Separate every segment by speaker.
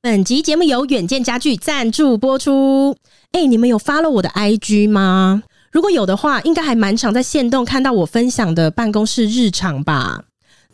Speaker 1: 本集节目由远见家具赞助播出。哎、你们有 follow 我的 IG 吗？如果有的话，应该还蛮常在线动看到我分享的办公室日常吧。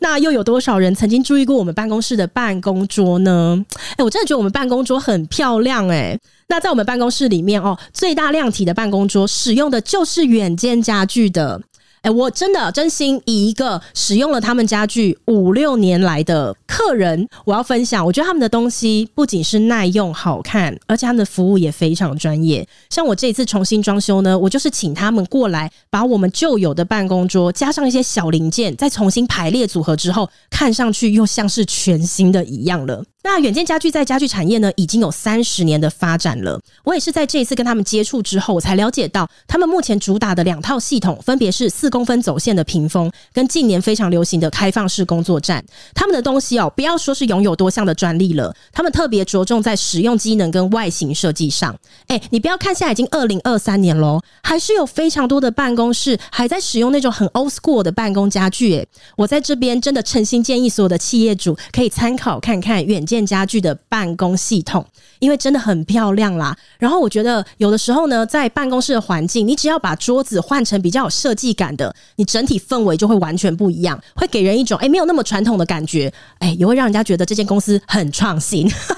Speaker 1: 那又有多少人曾经注意过我们办公室的办公桌呢？哎、我真的觉得我们办公桌很漂亮哎、那在我们办公室里面哦，最大量体的办公桌使用的就是远见家具的。哎、我真的真心以一个使用了他们家具五六年来的客人，我要分享，我觉得他们的东西不仅是耐用、好看，而且他们的服务也非常专业。像我这一次重新装修呢，我就是请他们过来，把我们旧有的办公桌加上一些小零件，再重新排列组合之后，看上去又像是全新的一样了。那远见家具在家具产业呢，已经有三十年的发展了。我也是在这一次跟他们接触之后，我才了解到他们目前主打的两套系统，分别是四公分走线的屏风，跟近年非常流行的开放式工作站。他们的东西哦，不要说是拥有多项的专利了，他们特别着重在实用机能跟外形设计上。哎、你不要看现在已经二零二三年喽，还是有非常多的办公室还在使用那种很 old school 的办公家具、哎，我在这边真的诚心建议所有的企业主可以参考看看远见家具的办公系统，因为真的很漂亮啦。然后我觉得有的时候呢，在办公室的环境，你只要把桌子换成比较有设计感的，你整体氛围就会完全不一样，会给人一种哎、没有那么传统的感觉，哎、也会让人家觉得这间公司很创新。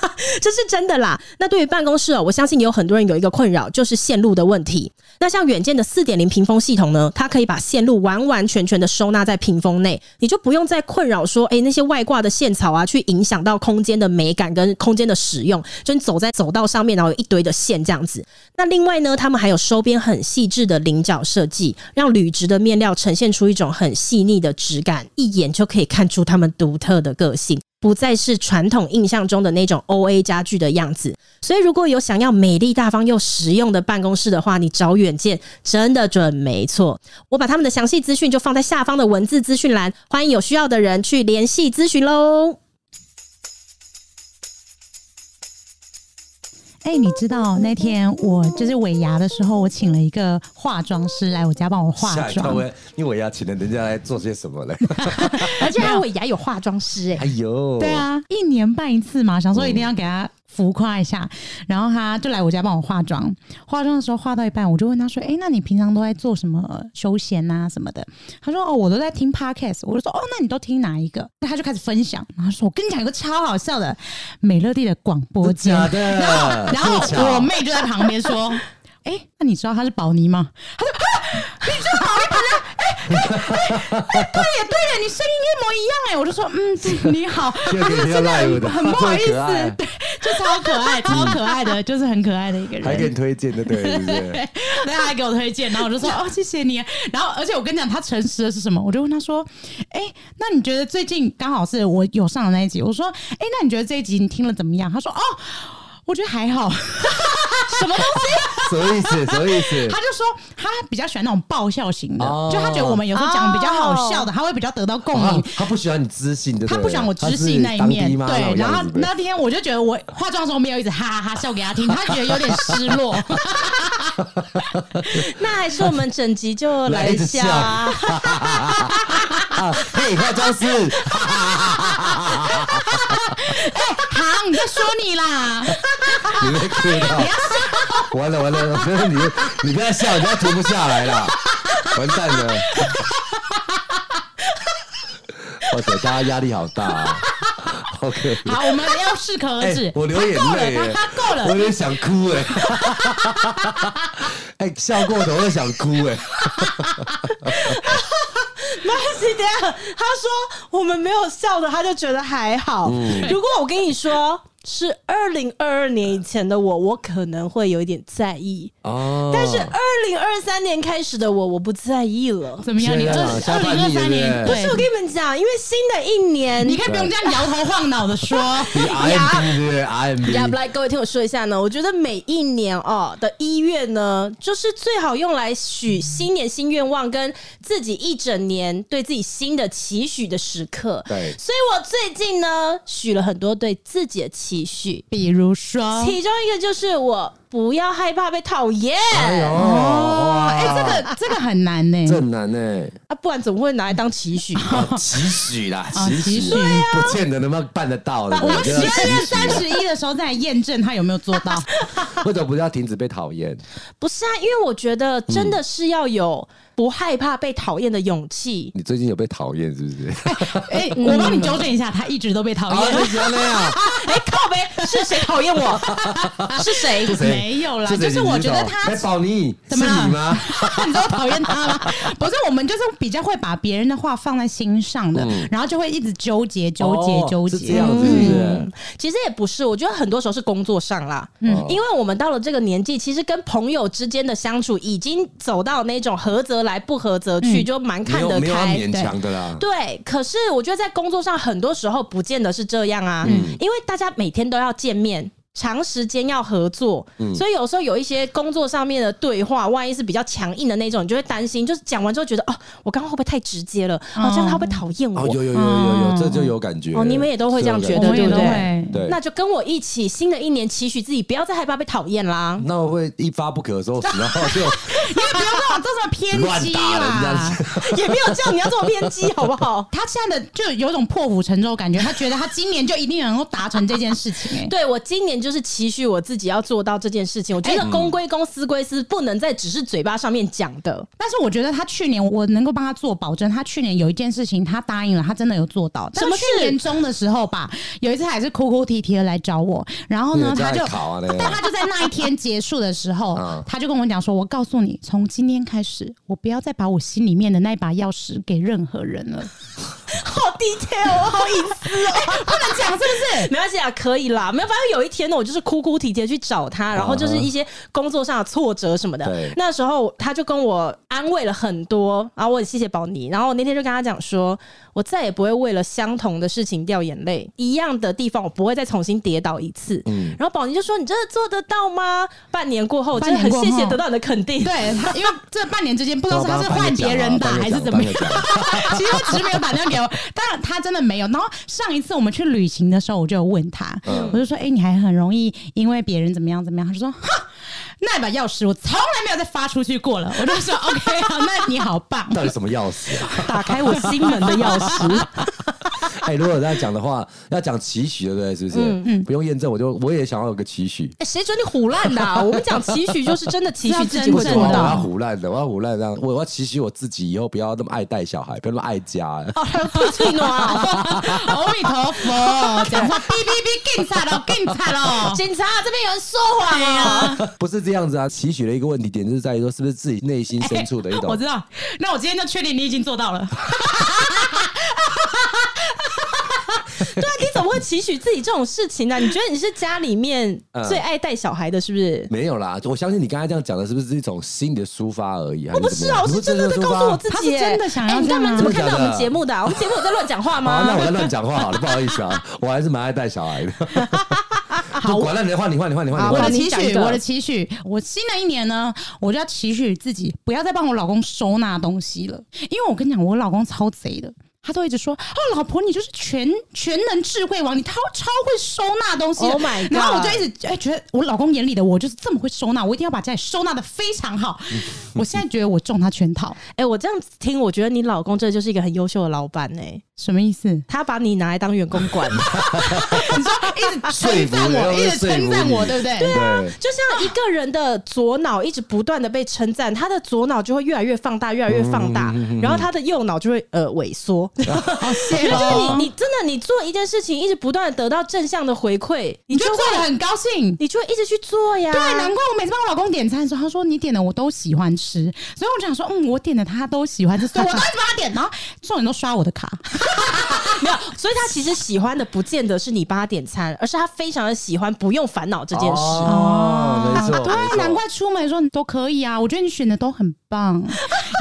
Speaker 1: 这是真的啦。那对于办公室哦，我相信也有很多人有一个困扰，就是线路的问题。那像远见的四点零屏风系统呢，它可以把线路完完全全的收纳在屏风内，你就不用再困扰说，诶那些外挂的线草啊，去影响到空间的美感跟空间的使用。就你走在走道上面，然后有一堆的线这样子。那另外呢，他们还有收边很细致的菱角设计，让铝质的面料呈现出一种很细腻的质感，一眼就可以看出他们独特的个性。不再是传统印象中的那种 O A 家具的样子。所以，如果有想要美丽大方又实用的办公室的话，你找远见真的准没错。我把他们的详细资讯就放在下方的文字资讯栏，欢迎有需要的人去联系咨询喽。
Speaker 2: 哎、你知道那天我就是尾牙的时候，我请了一个化妆师来我家帮我化
Speaker 3: 吓一跳哎
Speaker 2: 妆，
Speaker 3: 喂，你尾牙请了人家来做些什么嘞？
Speaker 1: 而且他尾牙有化妆师哎、
Speaker 3: 哎呦，
Speaker 2: 对，啊，一年办一次嘛，
Speaker 3: 嗯
Speaker 2: 想说一定要给他浮夸一下，然后他就来我家帮我化妆。化妆的时候化到一半，我就问他说：“哎、那你平常都在做什么休闲啊什么的？”他说：“哦，我都在听 podcast。”我就说：“哦，那你都听哪一个？”他就开始分享，然后说：“我跟你讲一个超好笑的美乐蒂的广播间。”
Speaker 3: 假的。
Speaker 2: 然后
Speaker 3: 这么巧
Speaker 2: 我妹就在旁边说：“哎、那你知道她是宝妮吗？”她说：“ 啊，哎你知道宝妮本人？哎哎哎哎，对呀对呀，你声音一模一样哎！”我就说：“嗯，你 好。”
Speaker 3: 第二
Speaker 2: 她
Speaker 3: 天
Speaker 2: 就
Speaker 3: 听到
Speaker 2: 真的
Speaker 3: live
Speaker 2: 很
Speaker 3: 的
Speaker 2: 很不好意
Speaker 3: 这么可爱
Speaker 2: 思，对，就超可爱，超可爱的，就是很可爱的一个
Speaker 3: 还给
Speaker 2: 人。
Speaker 3: 你推荐的，对 不对？
Speaker 2: 对，他还给我推荐，然后我就说：“ 哦，谢谢你。”然后，而且我跟你讲，他诚实的是什么？我就问他说：“哎、那你觉得最近刚好是我有上的那一集？”我说：“哎、那你觉得这一集你听了怎么样？”他说：“哦，我觉得还好。”什么东西？
Speaker 3: 什么意思？什么意思
Speaker 2: 他？就说他比较喜欢那种爆笑型的，
Speaker 3: 哦
Speaker 2: 就他觉得我们有时候讲比较好笑的，他会比较得到共鸣
Speaker 3: 哦。他不喜欢你知性的，
Speaker 2: 他不喜欢我知性那一面，对。然后那天我就觉得我化妆的时候没有一直哈哈哈笑给 他听，他觉得有点失落。
Speaker 1: 那还是我们整集就
Speaker 3: 来一下啊
Speaker 1: 啊。
Speaker 3: 啊，嘿，化妆 师，
Speaker 2: 好，你在说你啦，
Speaker 3: 你会哭到，完了完了， 你你不要笑，你不要停不下来啦，完蛋 了，哇塞，大家压力好大啊，OK。
Speaker 2: 好，我们要适可而
Speaker 3: 哎、
Speaker 2: 止。
Speaker 3: 我流眼泪耶，
Speaker 2: 他够了他他够了
Speaker 3: 我有点想哭 哎、哎、笑过头会想哭哎、
Speaker 1: 没关系，等一下他说我们没有笑的，他就觉得还好。如果我跟你说是二零二二年以前的我，我可能会有一点在意，
Speaker 3: 哦，
Speaker 1: 但是二零二三年开始的我，我不在意了。
Speaker 2: 怎么样？你这
Speaker 3: 现在
Speaker 2: 二
Speaker 3: 啊
Speaker 2: 零二三年，
Speaker 3: 下半年对
Speaker 1: 是我跟你们讲，因为新的一年，
Speaker 2: 你可以不用这样摇头晃脑的说。
Speaker 3: 你 RMB 对不对
Speaker 1: 呀，
Speaker 3: ？RMB
Speaker 1: 来，各位听我说一下呢。我觉得每一年哦的一月呢，就是最好用来许新年新愿望，跟自己一整年对自己新的期许的时刻。
Speaker 3: 对
Speaker 1: 所以我最近呢许了很多对自己的期许，
Speaker 2: 比如说，
Speaker 1: 哦
Speaker 3: 啊
Speaker 1: 其中一个就是我不要害怕被讨厌、
Speaker 3: 哎呦，
Speaker 2: 哦，
Speaker 3: 哇，
Speaker 2: 哎、这个这个很难呢、
Speaker 3: 这很难呢，
Speaker 1: 啊，不然怎么会拿来当期 许？
Speaker 3: 啊期许啦，
Speaker 2: 啊
Speaker 3: 期
Speaker 2: 哦期许
Speaker 3: 许
Speaker 2: 对啊，
Speaker 3: 不见得能不能办得到的。
Speaker 2: 我们十
Speaker 3: 觉
Speaker 2: 二
Speaker 3: 得
Speaker 2: 月
Speaker 3: 期许
Speaker 2: 三十一的时候再来验证他有没有做 到。
Speaker 3: 为什么不要停止被讨厌？
Speaker 1: 不是啊，因为我觉得真的是要有不害怕被讨厌的勇气。
Speaker 3: 你最近有被讨厌是不是？
Speaker 2: 哎、我帮你纠正一下，他一直都被讨
Speaker 3: 啊，
Speaker 2: 厌。
Speaker 3: 是那样，
Speaker 1: 哎、靠呗，是谁讨厌 我？是谁？
Speaker 3: 是谁
Speaker 2: 没有啦，
Speaker 3: 是谁
Speaker 2: 就是我觉得他
Speaker 3: 哎，宝妮，是
Speaker 2: 怎么
Speaker 3: 你
Speaker 2: 了
Speaker 3: 吗？
Speaker 2: 你知道我讨厌他吗？不是，我们就是比较会把别人的话放在心上的，然后就会一直纠结、纠结、
Speaker 3: 嗯哦
Speaker 2: 纠
Speaker 3: 是
Speaker 2: 结
Speaker 3: 这。样子是不是
Speaker 1: 嗯？其实也不是，我觉得很多时候是工作上啦，
Speaker 3: 嗯
Speaker 1: 因为我们到了这个年纪，其实跟朋友之间的相处已经走到那种合则来不合则
Speaker 3: 嗯
Speaker 1: 去，就蛮
Speaker 3: 没
Speaker 1: 看
Speaker 3: 有
Speaker 1: 得
Speaker 3: 没有要
Speaker 1: 开。
Speaker 3: 勉强的啦。
Speaker 1: 对，可是我觉得在工作上很多时候不见得是这样啊，
Speaker 3: 嗯
Speaker 1: 因为大家每天都要见面。长时间要合作，
Speaker 3: 嗯
Speaker 1: 所以有时候有一些工作上面的对话，万一是比较强硬的那种，你就会担心，就是讲完之后觉得哦，我刚刚会不会太直接了？哦，这样他会不会讨厌我？
Speaker 3: 嗯哦，有有有有有，
Speaker 2: 嗯
Speaker 3: 这就有感觉。
Speaker 1: 哦你们也都会这样
Speaker 3: 是有
Speaker 1: 觉
Speaker 3: 感
Speaker 1: 得对不对
Speaker 2: 会
Speaker 3: 对，
Speaker 1: 那就跟我一起，新的一年期许自己不要再害怕被讨厌啦。
Speaker 3: 那我会一发不可收拾，然后
Speaker 2: 你
Speaker 3: 就
Speaker 2: 也不要跟我做这么偏
Speaker 3: 乱
Speaker 2: 激
Speaker 3: 打人这
Speaker 2: 啦
Speaker 3: 样。子。
Speaker 1: 也没有叫你要这么偏激，好不 好？
Speaker 2: 他现在的就有一种破釜沉舟的感觉，他觉得他今年就一定能够达成这件事情、哎，
Speaker 1: 对我今年就是期许我自己要做到这件事情。我
Speaker 3: 嗯
Speaker 1: 觉得公归公，私归私，不能再只是嘴巴上面讲的。
Speaker 2: 但是我觉得他去年，我能够帮他做保证，他去年有一件事情他答应了，他真的有做到。
Speaker 1: 什么
Speaker 2: 但
Speaker 1: 事
Speaker 2: 去年中的时候吧，有一次还是哭哭啼啼的来找我，然后呢，
Speaker 3: 你有
Speaker 2: 他就
Speaker 3: 在考啊那个
Speaker 2: 但他就在那一天结束的 时候
Speaker 3: 嗯，
Speaker 2: 他就跟我讲说：“我告诉你，从今天开始，我不要再把我心里面的那一把钥匙给任何人 了，
Speaker 1: 好 detail，我 好隐私哦。
Speaker 2: 不能讲是不是？”
Speaker 1: 没关系啊，可以啦。没有，反正有一天呢，我就是哭哭啼啼地去找他，然后就是一些工作上的挫折什么的。
Speaker 3: 对
Speaker 1: 那时候他就跟我安慰了很多，然后我也谢谢宝妮。然后我那天就跟他讲说，我再也不会为了相同的事情掉眼泪，一样的地方我不会再重新跌倒一次。
Speaker 3: 嗯
Speaker 1: 然后宝妮就说：“你真的做得到吗？”半年过后，我真的
Speaker 2: 半
Speaker 1: 很
Speaker 2: 年过后
Speaker 1: 谢谢得到你的肯定。
Speaker 2: 对他，因为这半年之间不知道是
Speaker 3: 啊
Speaker 2: 他是换别人打还是怎么样， 其实他只是没有打电话给我，当然他真的没有。然后上一次我们去旅行的时候，我就有问他，
Speaker 3: 嗯
Speaker 2: 我就说：“哎、你还很容易因为别人怎么样怎么样？”他就说：“哈，那把钥匙我从来没有再发出去过了。”我就说：“OK，好，那你好棒。
Speaker 3: 到底什么钥匙啊？
Speaker 1: 打开我心门的钥匙。
Speaker 3: 哎，如果这样讲的话，要讲期许，对不对？是不
Speaker 1: 嗯
Speaker 3: 是？不用验证，我就我也想要有个期许。
Speaker 1: 哎，谁准你胡乱的啊、我们讲期许就是真的期许自己
Speaker 2: 验
Speaker 1: 会
Speaker 3: 为
Speaker 2: 证
Speaker 3: 什
Speaker 1: 做
Speaker 3: 么我
Speaker 2: 的
Speaker 3: 要
Speaker 1: 到。
Speaker 3: 胡乱的？我要胡乱这样，我我要期许我自己以后不要那么爱带小孩，不要那么爱家。啊
Speaker 1: 哦，还有普契诺 啊！
Speaker 2: 阿弥陀佛，讲话哔哔哔，警察喽，警察 喽。
Speaker 1: 警察这边有人说谎啊！
Speaker 3: 不是这样子啊，期许的一个问题点就是在于说，是不是自己内心深
Speaker 1: 哎
Speaker 3: 处的一种
Speaker 2: 我知道，那我今天就确定你已经做到了。
Speaker 1: 对啊，你怎么会期许自己这种事情呢、你觉得你是家里面
Speaker 3: 嗯
Speaker 1: 最爱带小孩的，是不是？
Speaker 3: 没有啦，我相信你刚才这样讲的是不是一种心理的抒发而已？我
Speaker 1: 我不是啊，我是真的在告诉我自
Speaker 2: 他
Speaker 1: 己、
Speaker 2: 是
Speaker 1: 欸，
Speaker 2: 真的想要
Speaker 1: 哎你干嘛？
Speaker 2: 这样啊
Speaker 1: 你怎么看到
Speaker 3: 真的假
Speaker 1: 我
Speaker 3: 的
Speaker 1: 们节目的、啊？我们节目有在乱讲话
Speaker 3: 好、
Speaker 1: 吗？
Speaker 3: 那我在乱讲话好了，不好意思啊，我还是蛮爱带小孩的。好，管了，你换你换你换你换
Speaker 1: 好
Speaker 3: 你
Speaker 2: 我
Speaker 1: 吧
Speaker 2: 的
Speaker 3: 换。
Speaker 1: 你
Speaker 2: 期
Speaker 1: 讲一
Speaker 2: 许，
Speaker 1: 个
Speaker 2: 我的期许，我新的一年呢，我就要期许自己不要再帮我老公收纳东西了，因为我跟你讲，我老公超贼的。他都一直说：“哦，老婆，你就是全全能智慧王，你超超会收纳东西的。
Speaker 1: Oh my god
Speaker 2: 然后我就一直哎、觉得我老公眼里的我就是这么会收纳，我一定要把家里收纳的非常好。我现在觉得我中他圈套，
Speaker 1: 哎、我这样子听，我觉得你老公真的就是一个很优秀的老板哎、
Speaker 2: 什么意思？
Speaker 1: 他把你拿来当员工 管，
Speaker 2: 你说一直称赞我，一直称赞我，对不对？
Speaker 3: 对啊，
Speaker 1: 就像一个人的左脑一直不断的被称赞，他的左脑就会越来越放大，越来越放
Speaker 3: 嗯
Speaker 1: 大，然后他的右脑就会呃萎缩。
Speaker 3: 哦
Speaker 2: 好
Speaker 1: 就是
Speaker 2: 谢哦咯
Speaker 1: 你，你真的你做一件事情，一直不断的得到正向的回馈，你
Speaker 2: 你
Speaker 1: 就
Speaker 2: 就做
Speaker 1: 会
Speaker 2: 的很高兴，
Speaker 1: 你就会一直去做呀。
Speaker 2: 对，难怪我每次帮我老公点餐的时候，他说你点的我都喜欢吃，所以我就想说，嗯，我点的他都喜欢吃，所以我都一直帮他点，然后众人都刷我的卡，
Speaker 1: 没有，所以他其实喜欢的不见得是你帮他点餐，而是他非常的喜欢不用烦恼这件事。
Speaker 3: 哦，没错，没
Speaker 2: 啊对，
Speaker 3: 错
Speaker 2: 难怪出门的时候你都可以啊，我觉得你选的都很棒， 原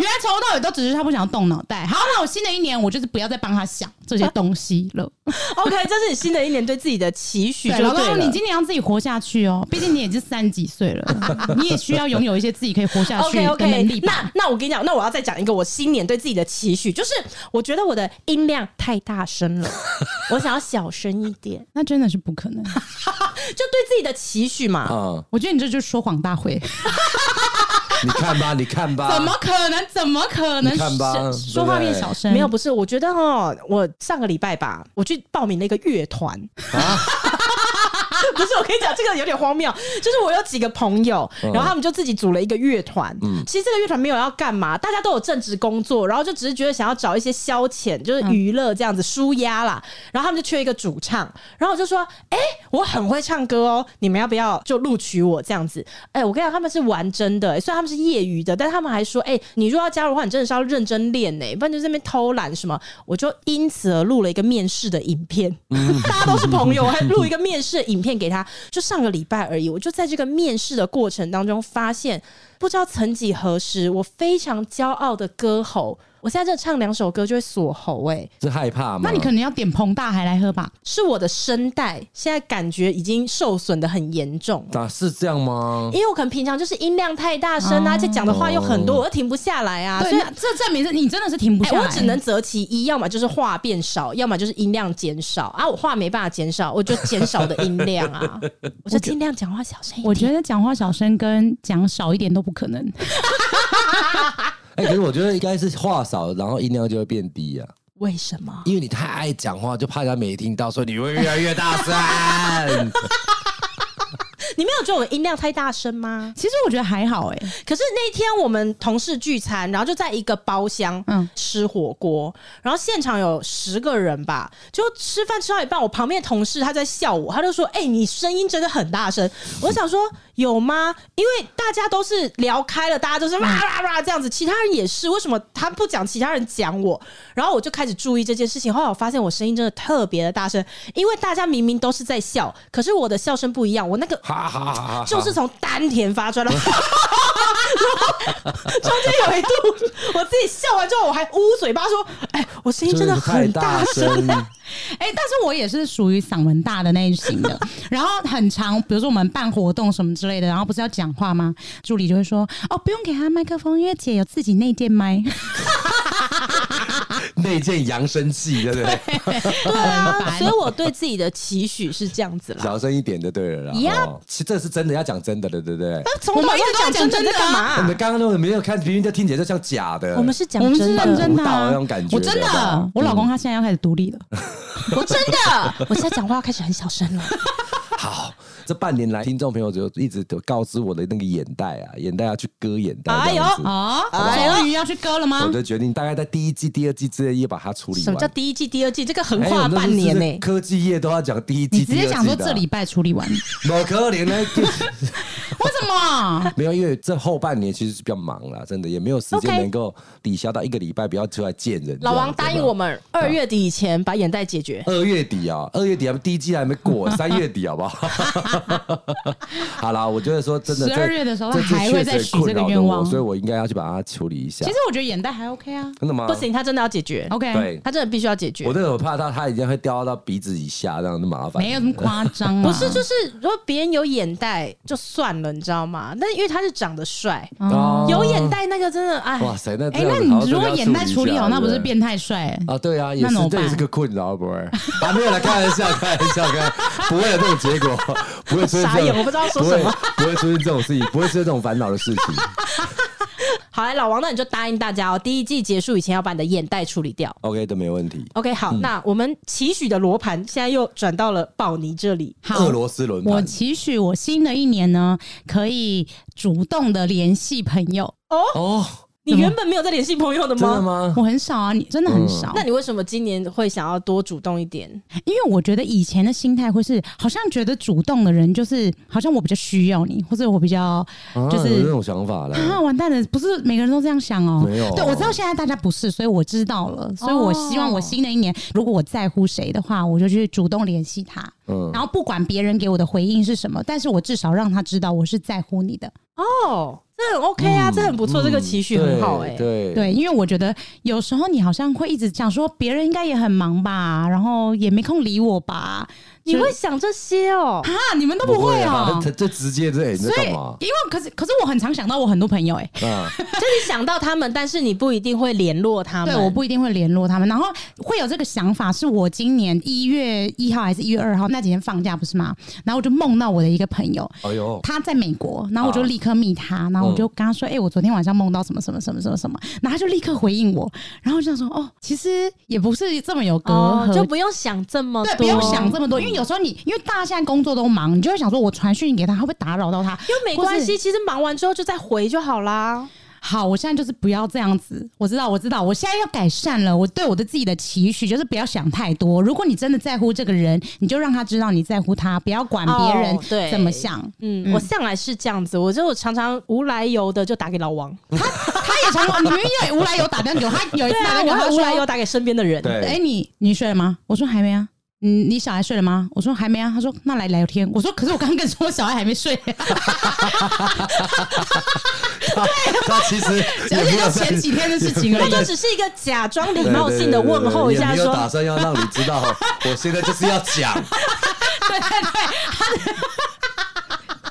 Speaker 2: 来从头到尾都只是他不想要动脑袋。好，那我新的一年我就是不要再帮他想这些东西了。
Speaker 1: OK，这是你新的一年对自己的期许，就
Speaker 2: 对，
Speaker 1: 对
Speaker 2: 老
Speaker 1: 了
Speaker 2: 公，你今年要自己活下去哦，毕竟你也是三十几岁 了，你也需要拥有一些自己可以活下去
Speaker 1: OK
Speaker 2: 的能力
Speaker 1: OK，
Speaker 2: 吧。
Speaker 1: 那那我跟你讲，那我要再讲一个我新年对自己的期许，就是我觉得我的音量
Speaker 4: 样太大声了， 我想要小声一点，
Speaker 2: 那真的是不可能。
Speaker 1: 就对自己的期许嘛。
Speaker 3: 嗯，
Speaker 2: 我觉得你这就是说谎大会，
Speaker 3: 你看吧，你看吧，
Speaker 2: 怎么可能？怎么可能？
Speaker 3: 啊你看吧
Speaker 2: 说
Speaker 3: 对不嗯对
Speaker 2: 说话变小声，
Speaker 1: 没有，不是，我觉得哦，我上个礼拜吧，我去报名了一个乐团。
Speaker 3: 啊？
Speaker 1: 不是，我跟你讲，这个有点荒谬。就是我有几个朋友，然后他们就自己组了一个乐团。其实这个乐团没有要干嘛，大家都有正职工作，然后就只是觉得想要找一些消遣，就是娱乐这样子舒压啦。然后他们就缺一个主唱，然后我就说：“哎、我很会唱歌哦，你们要不要就录取我这样子？”哎、我跟你讲，他们是玩真的、虽然他们是业余的，但他们还说：“哎、你如果要加入的话，你真的是要认真练呢、不然就在那边偷懒什么。”我就因此而录了一个面试的影片。 大家都是朋友，我还录一个面试的影片给他，就上个礼拜而已。我就在这个面试的过程当中发现，不知道曾几何时，我非常骄傲的歌喉，我现在这唱两首歌就会锁喉、欸，哎，
Speaker 3: 是害怕吗？
Speaker 2: 那你可能要点彭大海来喝吧。
Speaker 1: 是我的声带现在感觉已经受损的很严重。
Speaker 3: 啊是这样吗？
Speaker 1: 因为我可能平常就是音量太大声啊，而且讲的话又很多，我又停不下来啊，所
Speaker 2: 对，
Speaker 1: 以
Speaker 2: 那这证明是你真的是停不
Speaker 1: 哎、
Speaker 2: 下来，
Speaker 1: 我只能择其一，要么就是话变少，要么就是音量减少啊。我话没办法减少，我就减少的音量啊， 我就尽量讲话小声一点。
Speaker 2: 我觉得讲话小声跟讲少一点都不可 能。
Speaker 3: 哎、可是我觉得应该是话少，然后音量就会变低啊，
Speaker 1: 为什么？
Speaker 3: 因为你太爱讲话，就怕人家没听到，所以你会越来越大声。
Speaker 1: 你没有觉得我音量太大声吗？
Speaker 2: 其实我觉得还好哎、
Speaker 1: 可是那天我们同事聚餐，然后就在一个包厢，
Speaker 2: 嗯
Speaker 1: 吃火锅，然后现场有十个人吧，就吃饭吃到一半，我旁边的同事他在笑我，他就说：“哎、你声音真的很大声。”我想说有吗？因为大家都是聊开了，大家都是哇哇哇这样子，其他人也是，为什么他不讲，其他人讲我？然后我就开始注意这件事情，后来我发现我声音真的特别的大声，因为大家明明都是在笑，可是我的笑声不一样，我那个
Speaker 3: 哈哈哈哈哈！
Speaker 1: 就是从丹田发出来的。 然后中间有一度，我自己笑完之后，我还捂嘴巴说：“哎、我声音真的
Speaker 3: 太
Speaker 1: 很
Speaker 3: 大
Speaker 1: 声。
Speaker 3: 声，
Speaker 2: 哎、但是我也是属于嗓门大的那一型 的。然后很长，比如说我们办活动什么之类的，然后不是要讲话吗？助理就会说：“哦，不用给他麦克风，因为姐有自己内建麦。
Speaker 3: 那件扬声器，对不对？”
Speaker 2: 对
Speaker 1: 对啊，所以我对自己的期许是这样子啦。
Speaker 3: 小声一点就对了啦。
Speaker 1: Yeah
Speaker 3: 哦其实这是真的要讲真的的，对不对？
Speaker 1: 那从头到尾讲真的在干嘛、
Speaker 3: 我们刚刚那个没有看，明明就听起来就像假的。
Speaker 1: 我们是讲
Speaker 2: 我们是
Speaker 1: 真
Speaker 2: 认
Speaker 1: 的，
Speaker 2: 真的、
Speaker 3: 舞蹈
Speaker 2: 啊，
Speaker 3: 那种感觉
Speaker 2: 我真
Speaker 3: 对吧嗯
Speaker 2: 的，我老公他现在要开始独立了。
Speaker 1: 我真 的，我现在讲话开始很小声了。
Speaker 3: 好。这半年来，听众朋友就一直都告知我的那个眼袋啊，眼袋要去割眼袋。
Speaker 1: 哎
Speaker 3: 哎
Speaker 1: 呦
Speaker 3: 呦，
Speaker 2: 哦，
Speaker 1: 哎呦
Speaker 2: 终于要去割了吗
Speaker 3: 我？就决定大概在第一季、第二季之内也把它处理完。
Speaker 1: 什么叫第一季、第二季？这个横
Speaker 3: 哎
Speaker 1: 跨
Speaker 3: 我们都是
Speaker 1: 半年呢、
Speaker 3: 是科技业都要讲第一季，
Speaker 2: 你直接讲说
Speaker 3: 第二季的啊
Speaker 2: 这礼拜处理完，为
Speaker 3: 某科林呢，
Speaker 2: 什么？
Speaker 3: 没有，因为这后半年其实是比较忙啦，真的也没有时
Speaker 1: OK
Speaker 3: 间能够抵消到一个礼拜不要出来见人。
Speaker 1: 老王
Speaker 3: 这样啊
Speaker 1: 答
Speaker 3: 子
Speaker 1: 应我。们二月底以前把眼袋解决。
Speaker 3: 二月底啊，二月底还没第一季还没过， 三月底好不好？ 好啦，我觉得说真的，这
Speaker 2: 12月的时候
Speaker 3: 这是
Speaker 2: 还会再
Speaker 3: 确实
Speaker 2: 许这个
Speaker 3: 困扰着
Speaker 2: 愿望
Speaker 3: 我所以我应该要去把它处理一下
Speaker 2: 其实。我觉得眼袋还 OK 啊
Speaker 3: 真的吗？
Speaker 1: 不，行，他真的要解决。
Speaker 2: ，OK，
Speaker 3: 啊对
Speaker 1: 他真的必须要解决。
Speaker 3: 我真的很怕它，它已经会掉到鼻子以下，这样就麻烦。
Speaker 2: 没有那么夸 张啊，
Speaker 1: 不
Speaker 3: 嗯
Speaker 1: 是，就是如果别人有眼袋就算了，你知道吗？但因为他是长得帅，
Speaker 3: 哦
Speaker 1: 有眼。袋那个真的，哎，
Speaker 3: 哇塞，那
Speaker 2: 哎、
Speaker 3: 这样
Speaker 2: 那
Speaker 3: 子好像
Speaker 2: 你如
Speaker 3: 真的
Speaker 2: 果
Speaker 3: 要
Speaker 2: 眼袋
Speaker 3: 一
Speaker 2: 处理
Speaker 3: 下
Speaker 2: 好，那不
Speaker 3: 对
Speaker 2: 是变态帅、
Speaker 3: 啊，对啊，也
Speaker 2: 那
Speaker 3: 是
Speaker 2: 怎么，
Speaker 3: 这也
Speaker 2: 办
Speaker 3: 是个困扰，不会啊，没有来开 玩笑，开玩笑，开玩笑，不会有这种结果，不会出现
Speaker 1: 傻
Speaker 3: 这
Speaker 1: 眼
Speaker 3: 种，
Speaker 1: 我不知道说
Speaker 3: 不会
Speaker 1: 什么，
Speaker 3: 不会出现这种事情，不会出现这种烦恼的事情。
Speaker 1: 好来，老王，那你就答应大家哦，第一季结束以前要把你的眼袋处理掉。
Speaker 3: OK，都没问题。
Speaker 1: OK，好，
Speaker 3: 嗯
Speaker 1: 那我们期许的罗盘现在又转到了宝尼这里。
Speaker 2: 好，
Speaker 3: 俄罗斯轮
Speaker 2: 我
Speaker 3: 盘，
Speaker 2: 期许我新的一年呢，可以主动的联系朋友。
Speaker 3: 哦，
Speaker 1: 你原本没有在联系朋友的
Speaker 3: 真的
Speaker 1: 吗？
Speaker 3: 吗？
Speaker 2: 我很少啊，你真的很少。
Speaker 3: 嗯
Speaker 1: 那你为什么今年会想要多主动一点？
Speaker 2: 因为我觉得以前的心态会是，好像觉得主动的人就是，好像我比较需要你，或者我比较
Speaker 3: 啊
Speaker 2: 就是
Speaker 3: 有这种想法了。
Speaker 2: 啊， 完蛋了，不是每个人都这样想哦。
Speaker 3: 没有啊
Speaker 2: 对我知道现在大家不是，所以我知道
Speaker 1: 哦
Speaker 2: 了，所以我希望我新的一年，如果我在乎谁的话，我就去主动联系他，
Speaker 3: 嗯
Speaker 2: 然后不管别人给我的回应是什么，但是我至少让他知道我是在乎你的。
Speaker 1: 哦，这很 OK 啊，
Speaker 3: 嗯
Speaker 1: 这很不错，
Speaker 3: 嗯
Speaker 1: 这个 期许很好哎。
Speaker 3: 对
Speaker 2: 对，因为我觉得有时候你好像会一直想说，别人应该也很忙吧，然后也没空理我吧。
Speaker 1: 你
Speaker 2: 就
Speaker 1: 会想这些哦？
Speaker 2: 啊？你们都不会
Speaker 3: 啊
Speaker 2: 哦、
Speaker 3: 他这直接这哎你在
Speaker 2: 所以
Speaker 3: 干嘛，
Speaker 2: 因为可是可是我很常想到我很多朋友、欸，
Speaker 3: 啊？
Speaker 1: 就你想到他们，但是你不一定会联络他们。
Speaker 2: 对，我不一定会联络他们，然后会有这个想法，是我今年一月一号还是一月二号那几天放假不是吗？然后我就梦到我的一个朋友，
Speaker 1: 哦
Speaker 3: 哎呦，
Speaker 2: 他在美国，然后我就立刻密他，然后我就跟他说：“哎、我昨天晚上梦到什么什么什么什么什么。”然后他就立刻回应我，然后我就想说：“哦，其实也不是这么有隔
Speaker 1: 哦
Speaker 2: 阂，，
Speaker 1: 就不用想这么
Speaker 2: 对，
Speaker 1: 多，
Speaker 2: 不用想这么多，因为有时候你因为大家现在工作都忙，你就会想说，我传讯给他会不会打扰到他？
Speaker 1: 因为没
Speaker 2: 或是
Speaker 1: 关系，其实忙完之后就再回就好啦。
Speaker 2: 好，我现在就是不要这样子。我知道，我知道，我现在要改善了。我对我的自己的期许就是不要想太多。如果你真的在乎这个人，你就让他知道你在乎他，不要管别人
Speaker 1: 哦对
Speaker 2: 怎么想。
Speaker 1: 嗯，我向来是这样子，我就常常无来由的就打给老王，
Speaker 2: 他也常常，你明明有无来有打电话给我，他有一 次
Speaker 1: 对
Speaker 2: 打
Speaker 1: 啊，
Speaker 2: 电
Speaker 1: 我
Speaker 2: 话
Speaker 1: 会
Speaker 2: 给我，他说
Speaker 1: 无来由打给身边的人。
Speaker 3: 对
Speaker 2: 哎、你你睡了吗？我说还没啊。嗯，你小孩睡了吗？我说还没啊。他说那来聊天。我说可是我刚刚跟你说我小孩还没 睡、
Speaker 3: 他他其实
Speaker 2: 而
Speaker 3: 而
Speaker 2: 且就前几天的事情而
Speaker 1: 那
Speaker 2: 已。
Speaker 1: 就只是一个假装礼貌性的问候一下，
Speaker 3: 也没有打
Speaker 1: 说
Speaker 3: 算要让你知道， 我现在就是要讲，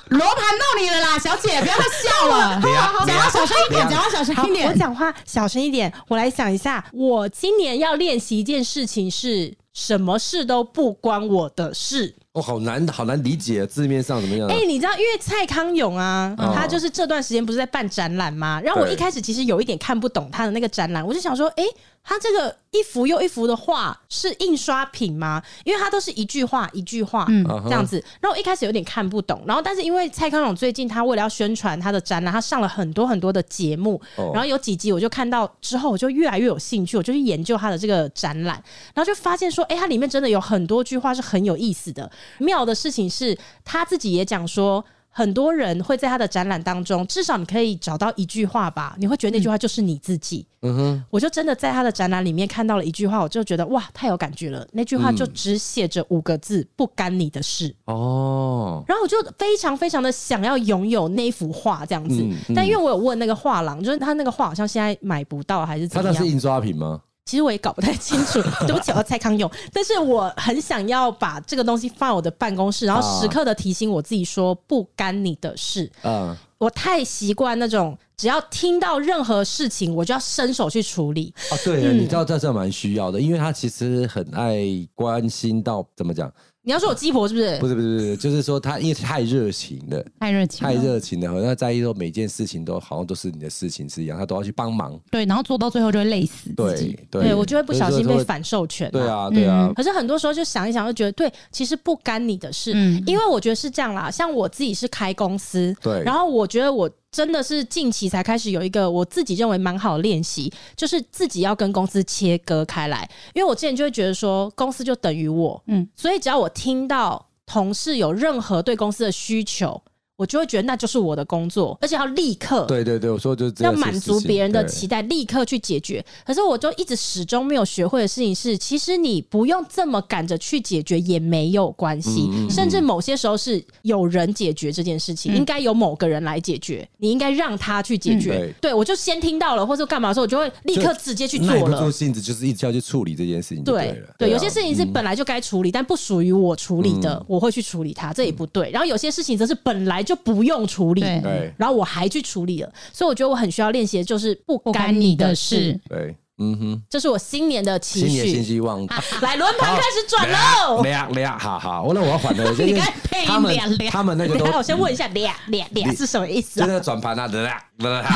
Speaker 2: 罗盘到你了啦，小姐，不要再笑了。
Speaker 3: 等一下
Speaker 2: 讲话小声一点，
Speaker 3: 等一下
Speaker 2: 讲话小声
Speaker 1: 好，
Speaker 2: 一
Speaker 1: 我
Speaker 2: 点。
Speaker 1: 讲话小声一点。我来想一下，我今年要练习一件事情是。什么事都不关我的事。
Speaker 3: 哦，好难，好难理解字面上怎么样啊
Speaker 1: 哎、？你知道，因为蔡康永啊，
Speaker 3: 嗯
Speaker 1: 他就是这段时间不是在办展览吗？然后我
Speaker 3: 对
Speaker 1: 一开始其实有一点看不懂他的那个展览，我就想说，哎、他这个一幅又一幅的画是印刷品吗？因为他都是一句话一句话，
Speaker 2: 嗯
Speaker 3: 啊哈
Speaker 1: 这样子。然后我一开始有点看不懂，然后但是因为蔡康永最近他为了要宣传他的展览，他上了很多很多的节目，
Speaker 3: 哦
Speaker 1: 然后有几集我就看到之后，我就越来越有兴趣，我就去研究他的这个展览，然后就发现说，哎、它里面真的有很多句话是很有意思的。妙的事情是他自己也讲说。很多人会在他的展览当中，至少你可以找到一句话吧，你会觉得那句话就是你自己。
Speaker 3: 嗯哼，
Speaker 1: 我就真的在他的展览里面看到了一句话，我就觉得哇，太有感觉了。那句话就只写着五个字：不干你的事。
Speaker 3: 哦，
Speaker 1: 然后我就非常非常的想要拥有那幅画这样子，
Speaker 3: 嗯嗯
Speaker 1: 但因为我有问那个画廊，就是他那个画好像现在买不到还是
Speaker 3: 他
Speaker 1: 怎么
Speaker 3: 那是
Speaker 1: 样，
Speaker 3: 印刷品吗？
Speaker 1: 其实我也搞不太清 楚。对不起，我要蔡康永，但是我很想要把这个东西放在我的办公室，然后时刻的提醒我自己说不干你的事。
Speaker 3: 啊，
Speaker 1: 我太习惯那种只要听到任何事情我就要伸手去处理，
Speaker 3: 啊，对
Speaker 1: 嗯
Speaker 3: 了，你知道这这蛮需要的，因为他其实很爱关心到怎么讲，
Speaker 1: 你要说我鸡婆是不是？
Speaker 3: 不是不是不是，就是说他因为太热情了，
Speaker 2: 太热情
Speaker 3: 太
Speaker 2: 了，
Speaker 3: 热情了，好像在意说每件事情都好像都是你的事情是一样，他都要去帮忙。
Speaker 2: 对，然后做到最后就会累死自
Speaker 3: 对
Speaker 2: 己。
Speaker 3: 对
Speaker 1: 对我就会不小心
Speaker 3: 所以
Speaker 1: 被
Speaker 3: 说
Speaker 1: 反嗯授权、
Speaker 3: 对。啊对啊，
Speaker 1: 可是很多时候就想一想，就觉得对，其实不干你的事，
Speaker 2: 嗯
Speaker 1: 因为我觉得是这样啦。像我自己是开公司，
Speaker 3: 对啊
Speaker 1: 然后我觉得我真的是近期才开始有一个我自己认为蛮好的练习，就是自己要跟公司切割开来。因为我之前就会觉得说，公司就等于我，
Speaker 2: 嗯
Speaker 1: 嗯，所以只要我听到同事有任何对公司的需求，我就会觉得那就是我的工作，而且要立刻
Speaker 3: 对对对，我说就是这
Speaker 1: 要
Speaker 3: 件事
Speaker 1: 满足
Speaker 3: 情
Speaker 1: 别人的
Speaker 3: 对
Speaker 1: 期待，立刻去解决。可是我就一直始终没有学会的事情是，其实你不用这么赶着去解决也没有关系，
Speaker 3: 嗯嗯嗯
Speaker 1: 甚至某些时候是有人解决这件事情，
Speaker 2: 嗯
Speaker 1: 应该由某个人来解决，你应该让他去解决。
Speaker 3: 嗯对
Speaker 1: 对我就先听到了，或者干嘛的时候，我就会立刻直接去做
Speaker 3: 耐不住
Speaker 1: 了。
Speaker 3: 性子，就是一直要去处理这件事情就
Speaker 1: 对
Speaker 3: 了。嗯
Speaker 1: 对，
Speaker 3: 啊
Speaker 1: 有些事情是本来就该处理，但不属于我处理的，我会去处理它，这也不对。然后有些事情则是本来就不用处理，
Speaker 2: 对
Speaker 3: 对
Speaker 1: 然后我还去处理了，所以我觉得我很需要练习，的就是不
Speaker 2: 不
Speaker 1: 干
Speaker 2: 干
Speaker 1: 你
Speaker 2: 你
Speaker 1: 的
Speaker 2: 的
Speaker 1: 事，
Speaker 2: 事，
Speaker 3: 对，嗯哼，
Speaker 1: 这是我新年的期
Speaker 3: 新年新
Speaker 1: 许。
Speaker 3: 希望。
Speaker 1: 来，轮盘开始转喽！
Speaker 3: 俩俩，哈哈，啊我那我要缓了，
Speaker 2: 你
Speaker 3: 因为
Speaker 2: 刚才配音
Speaker 3: 他们
Speaker 2: 俩俩
Speaker 3: 他们那 个
Speaker 1: 等
Speaker 3: 都
Speaker 1: 一下，我先问一下，俩俩俩
Speaker 3: 你
Speaker 1: 是什么意思
Speaker 3: 就
Speaker 1: 啊？
Speaker 3: 那个转盘啊， 俩俩俩，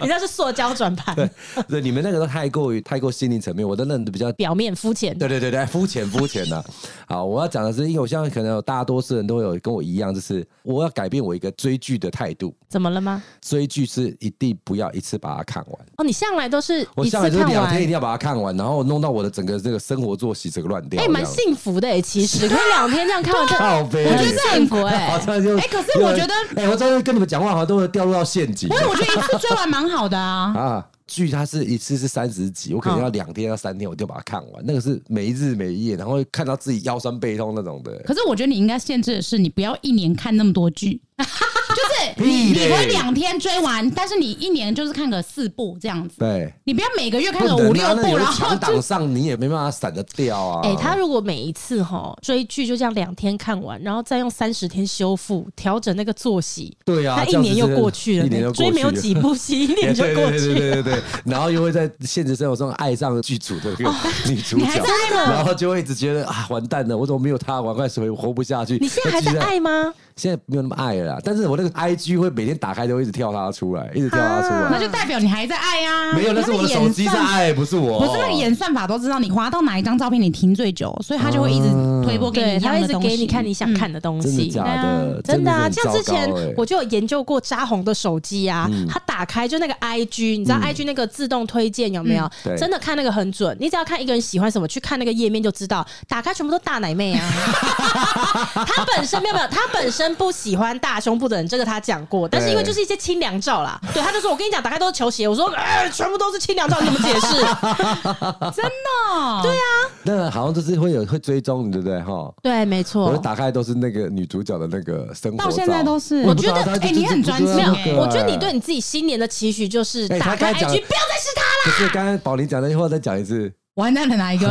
Speaker 1: 你那是塑胶转盘，
Speaker 3: 对，你们那个都太过于太过心灵层面，我的那个比较
Speaker 1: 表面肤浅。
Speaker 3: 对对对对，肤浅肤浅 的。好，我要讲的是，因为我相信可能有大多数人都有跟我一样，就是我要改变我一个追剧的态度。
Speaker 1: 怎么了吗？
Speaker 3: 追剧是一定不要一次把它看完，
Speaker 1: 哦，你向来都是
Speaker 3: 我
Speaker 1: 一次
Speaker 3: 下来就是
Speaker 1: 看
Speaker 3: 两天一
Speaker 1: 完
Speaker 3: 定，要把它看完，然后弄到我的整个这个生活作息整个乱掉。
Speaker 1: 哎，蛮
Speaker 3: 这样啊
Speaker 1: 幸福的哎，其实可以两天这样看完，这
Speaker 3: 靠背，
Speaker 1: 我觉得这很幸福
Speaker 3: 好
Speaker 1: 哎。
Speaker 3: 像就
Speaker 2: 哎可是我觉得
Speaker 3: 哎，我真的跟你们讲话好像都会掉入到陷阱
Speaker 2: 不会，我觉得一次追完蛮好的啊。
Speaker 3: 啊。剧它是一次是三十集，我可
Speaker 2: 哦
Speaker 3: 能要两天到三天，我就把它看完。那个是没日没夜，然后看到自己腰酸背痛那种的。
Speaker 2: 可是我觉得你应该限制的是，你不要一年看那么多剧。就是你
Speaker 3: 屁
Speaker 2: 你
Speaker 3: 嘞
Speaker 2: 会两天追完，但是你一年就是看个四部这样子，
Speaker 3: 对，
Speaker 2: 你不要每个月看
Speaker 3: 不
Speaker 2: 个
Speaker 3: 能
Speaker 2: 五
Speaker 3: 啊
Speaker 2: 六
Speaker 3: 那你
Speaker 2: 部，
Speaker 3: 会
Speaker 2: 然后
Speaker 3: 强
Speaker 2: 就
Speaker 3: 档上你也没办法闪得掉啊。
Speaker 1: 哎、他如果每一次哈追剧就这样两天看完，然后再用三十天修复调整那个作息，
Speaker 3: 对啊
Speaker 1: 他一
Speaker 3: 这样
Speaker 1: 年
Speaker 3: 子
Speaker 1: 又
Speaker 3: 是
Speaker 1: 过去了
Speaker 3: 一
Speaker 1: 呢，
Speaker 3: 年又过
Speaker 1: 追没有
Speaker 3: 去了
Speaker 1: 几部戏，一年就
Speaker 3: 对
Speaker 1: 过
Speaker 3: 对
Speaker 1: 去
Speaker 3: 对对
Speaker 1: 了。
Speaker 3: 对对，然后又会在现实生活中爱上剧组的这
Speaker 1: 哦
Speaker 3: 个 女主
Speaker 2: 你还
Speaker 3: 角
Speaker 2: 在，
Speaker 3: 然后就会一直觉得啊，完蛋了，我怎么没有她，我快死活活不下去。
Speaker 1: 你现在还在
Speaker 3: 那其实？啊
Speaker 1: 爱吗？
Speaker 3: 现在没有那么爱了啦，但是我那个 IG 会每天打开都会一直跳她出来，一直跳她出
Speaker 1: 啊
Speaker 2: 那
Speaker 3: 来。
Speaker 2: 就代表你还在爱啊。
Speaker 3: 没有，那是我的手机在
Speaker 2: 他的演算
Speaker 3: 爱，不是我。
Speaker 2: 不是
Speaker 1: 啊
Speaker 2: 那个演算法都知道你滑到哪一张照片你停最久，所以他就会一直
Speaker 3: 啊
Speaker 2: 推播给你
Speaker 1: 对，
Speaker 2: 一
Speaker 1: 他
Speaker 2: 样
Speaker 1: 一
Speaker 2: 的
Speaker 1: 直
Speaker 2: 东西。
Speaker 1: 给你看你想看的东
Speaker 3: 真的
Speaker 1: 西，
Speaker 3: 假
Speaker 1: 对啊
Speaker 3: 的
Speaker 1: 真的啊！
Speaker 3: 真的
Speaker 1: 像之
Speaker 3: 是
Speaker 1: 前
Speaker 3: 很糟糕欸嗯
Speaker 1: 我就有研究过扎红的手机啊，他打开就那个 IG，你知道 IG 那个自动推荐有没有？
Speaker 3: 嗯对
Speaker 1: 真的看那个很准，你只要看一个人喜欢什么，去看那个页面就知道，打开全部都大奶 妹啊。他本身没有没有，他本身不喜欢大胸部的人，这个他讲过，但是因为就是一些清凉照啦，对，他就说我跟你讲，打开都是球鞋，我说 哎、全部都是清凉照，你怎么解 释？
Speaker 2: 哦， 对啊，
Speaker 3: 那好像就是会有会追踪你，对不对？哈，
Speaker 1: 对，没
Speaker 3: 我
Speaker 1: 错
Speaker 3: 就。打开都是那个女主角的那个生活照，
Speaker 2: 到现在都是
Speaker 3: 我
Speaker 1: 我觉得
Speaker 3: 哎、
Speaker 2: 哎你很专心
Speaker 3: 没
Speaker 2: 啊
Speaker 1: 我觉得你对你自己新年的期许就是
Speaker 3: 哎
Speaker 1: 打
Speaker 3: 他
Speaker 1: 开
Speaker 3: 刚
Speaker 1: IG，
Speaker 3: 才
Speaker 1: 不要
Speaker 3: 讲
Speaker 1: 再是 他
Speaker 3: 可是刚刚宝林讲那句话，再讲一次。
Speaker 2: 我还在了哪一个？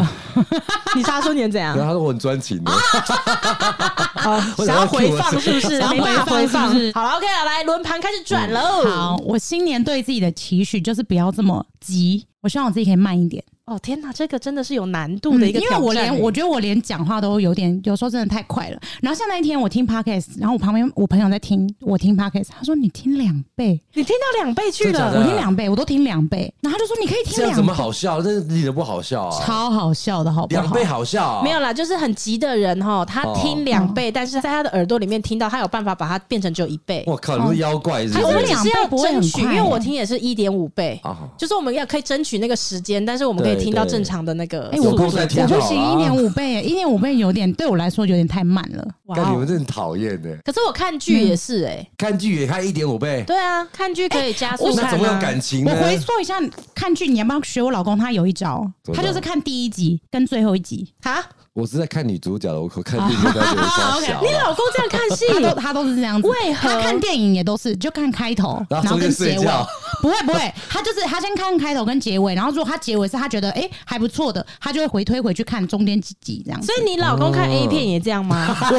Speaker 1: 你知道他说你怎样
Speaker 3: 然？后他说我很专情的，
Speaker 1: 哦，
Speaker 3: 我
Speaker 1: 想
Speaker 3: 想
Speaker 1: 要
Speaker 3: 要
Speaker 1: 回
Speaker 3: 听我
Speaker 1: 放是不是？嗯
Speaker 2: 想要
Speaker 1: 没办法
Speaker 2: 回
Speaker 1: 回
Speaker 2: 放
Speaker 1: 放
Speaker 2: 是不是
Speaker 1: 好了，OK 了，来轮盘开始转
Speaker 3: 嗯
Speaker 1: 喽。
Speaker 2: 好，，我新年对自己的期许就是不要这么急，我希望我自己可以慢一点。
Speaker 1: 哦天哪，这个真的是有难度的一
Speaker 3: 嗯
Speaker 1: 个
Speaker 2: 因
Speaker 1: 挑
Speaker 2: 为
Speaker 1: 战欸，
Speaker 2: 我连我觉得我连讲话都有点，有时候真的太快了。然后像那一天我
Speaker 3: 嗯
Speaker 2: 听 podcast，然后我旁边我朋友在听，我听
Speaker 3: 啊
Speaker 2: podcast，他说你听两倍，
Speaker 1: 你听到两倍去
Speaker 3: 真的假
Speaker 1: 了
Speaker 3: 的，
Speaker 2: 我听两倍，我都听两倍，然后他就说你可以听
Speaker 3: 这样
Speaker 2: 两
Speaker 3: 怎么
Speaker 2: 倍，
Speaker 3: 好笑？这是你的不好笑啊，
Speaker 2: 超好笑的好不
Speaker 3: 两
Speaker 2: 好
Speaker 3: 倍？好笑、啊
Speaker 1: 没有啦，就是很急的人哈，他
Speaker 3: 哦
Speaker 1: 听两倍，但是在他的耳朵里面听到，他有办法把它变成只有一倍。
Speaker 3: 我靠，你是妖怪是不
Speaker 2: 可是
Speaker 3: 是？
Speaker 1: 只是要
Speaker 2: 两倍不会
Speaker 1: 争
Speaker 2: 很
Speaker 1: 取，因
Speaker 2: 快
Speaker 1: 为我
Speaker 2: 欸
Speaker 1: 听也是一点五倍
Speaker 3: 啊，
Speaker 1: 就是我们要可以争取那个时间，但是我们可以
Speaker 3: 对
Speaker 1: 听到
Speaker 3: 对
Speaker 1: 正常的那个
Speaker 2: 哎
Speaker 1: 速
Speaker 3: 有
Speaker 1: 度。
Speaker 3: 空再听
Speaker 2: 我
Speaker 3: 就
Speaker 2: 不
Speaker 3: 好
Speaker 2: 行，一
Speaker 3: 了
Speaker 2: 点。五倍，一点五倍有点对我来说有点太慢了。
Speaker 1: 哇
Speaker 3: 看你
Speaker 1: 哦
Speaker 3: 们！真的讨厌的，
Speaker 1: 可是我看剧也是哎，
Speaker 3: 看剧也看一点五倍，
Speaker 1: 对啊，看剧可以加速
Speaker 2: 我
Speaker 3: 那
Speaker 1: 看
Speaker 3: 怎么有
Speaker 1: 啊。
Speaker 3: 感情呢
Speaker 2: 我？回溯一下看剧，你要不要学我老公？他有一招，
Speaker 3: 怎么
Speaker 2: 他就是
Speaker 3: 办
Speaker 2: 看第一集跟最后一集，
Speaker 1: 啊，
Speaker 3: 我是在看女主角的，我看剧在觉得超小啊。
Speaker 1: 你老公这样看 戏，
Speaker 2: 他都他都是这样子。
Speaker 1: 为何
Speaker 2: 他看电影也都是就看开头，
Speaker 3: 然
Speaker 2: 然
Speaker 3: 后
Speaker 2: 后
Speaker 3: 中
Speaker 2: 跟
Speaker 3: 间
Speaker 2: 结
Speaker 3: 睡
Speaker 2: 尾
Speaker 3: 觉。
Speaker 2: 不会不会，他就是他先看开头跟结尾，然后如果他结尾是他觉得哎、诶还不错的，他就会回推回去看中间几集这样子
Speaker 1: 所。以你老公看 A 片也这样吗？
Speaker 2: 我是没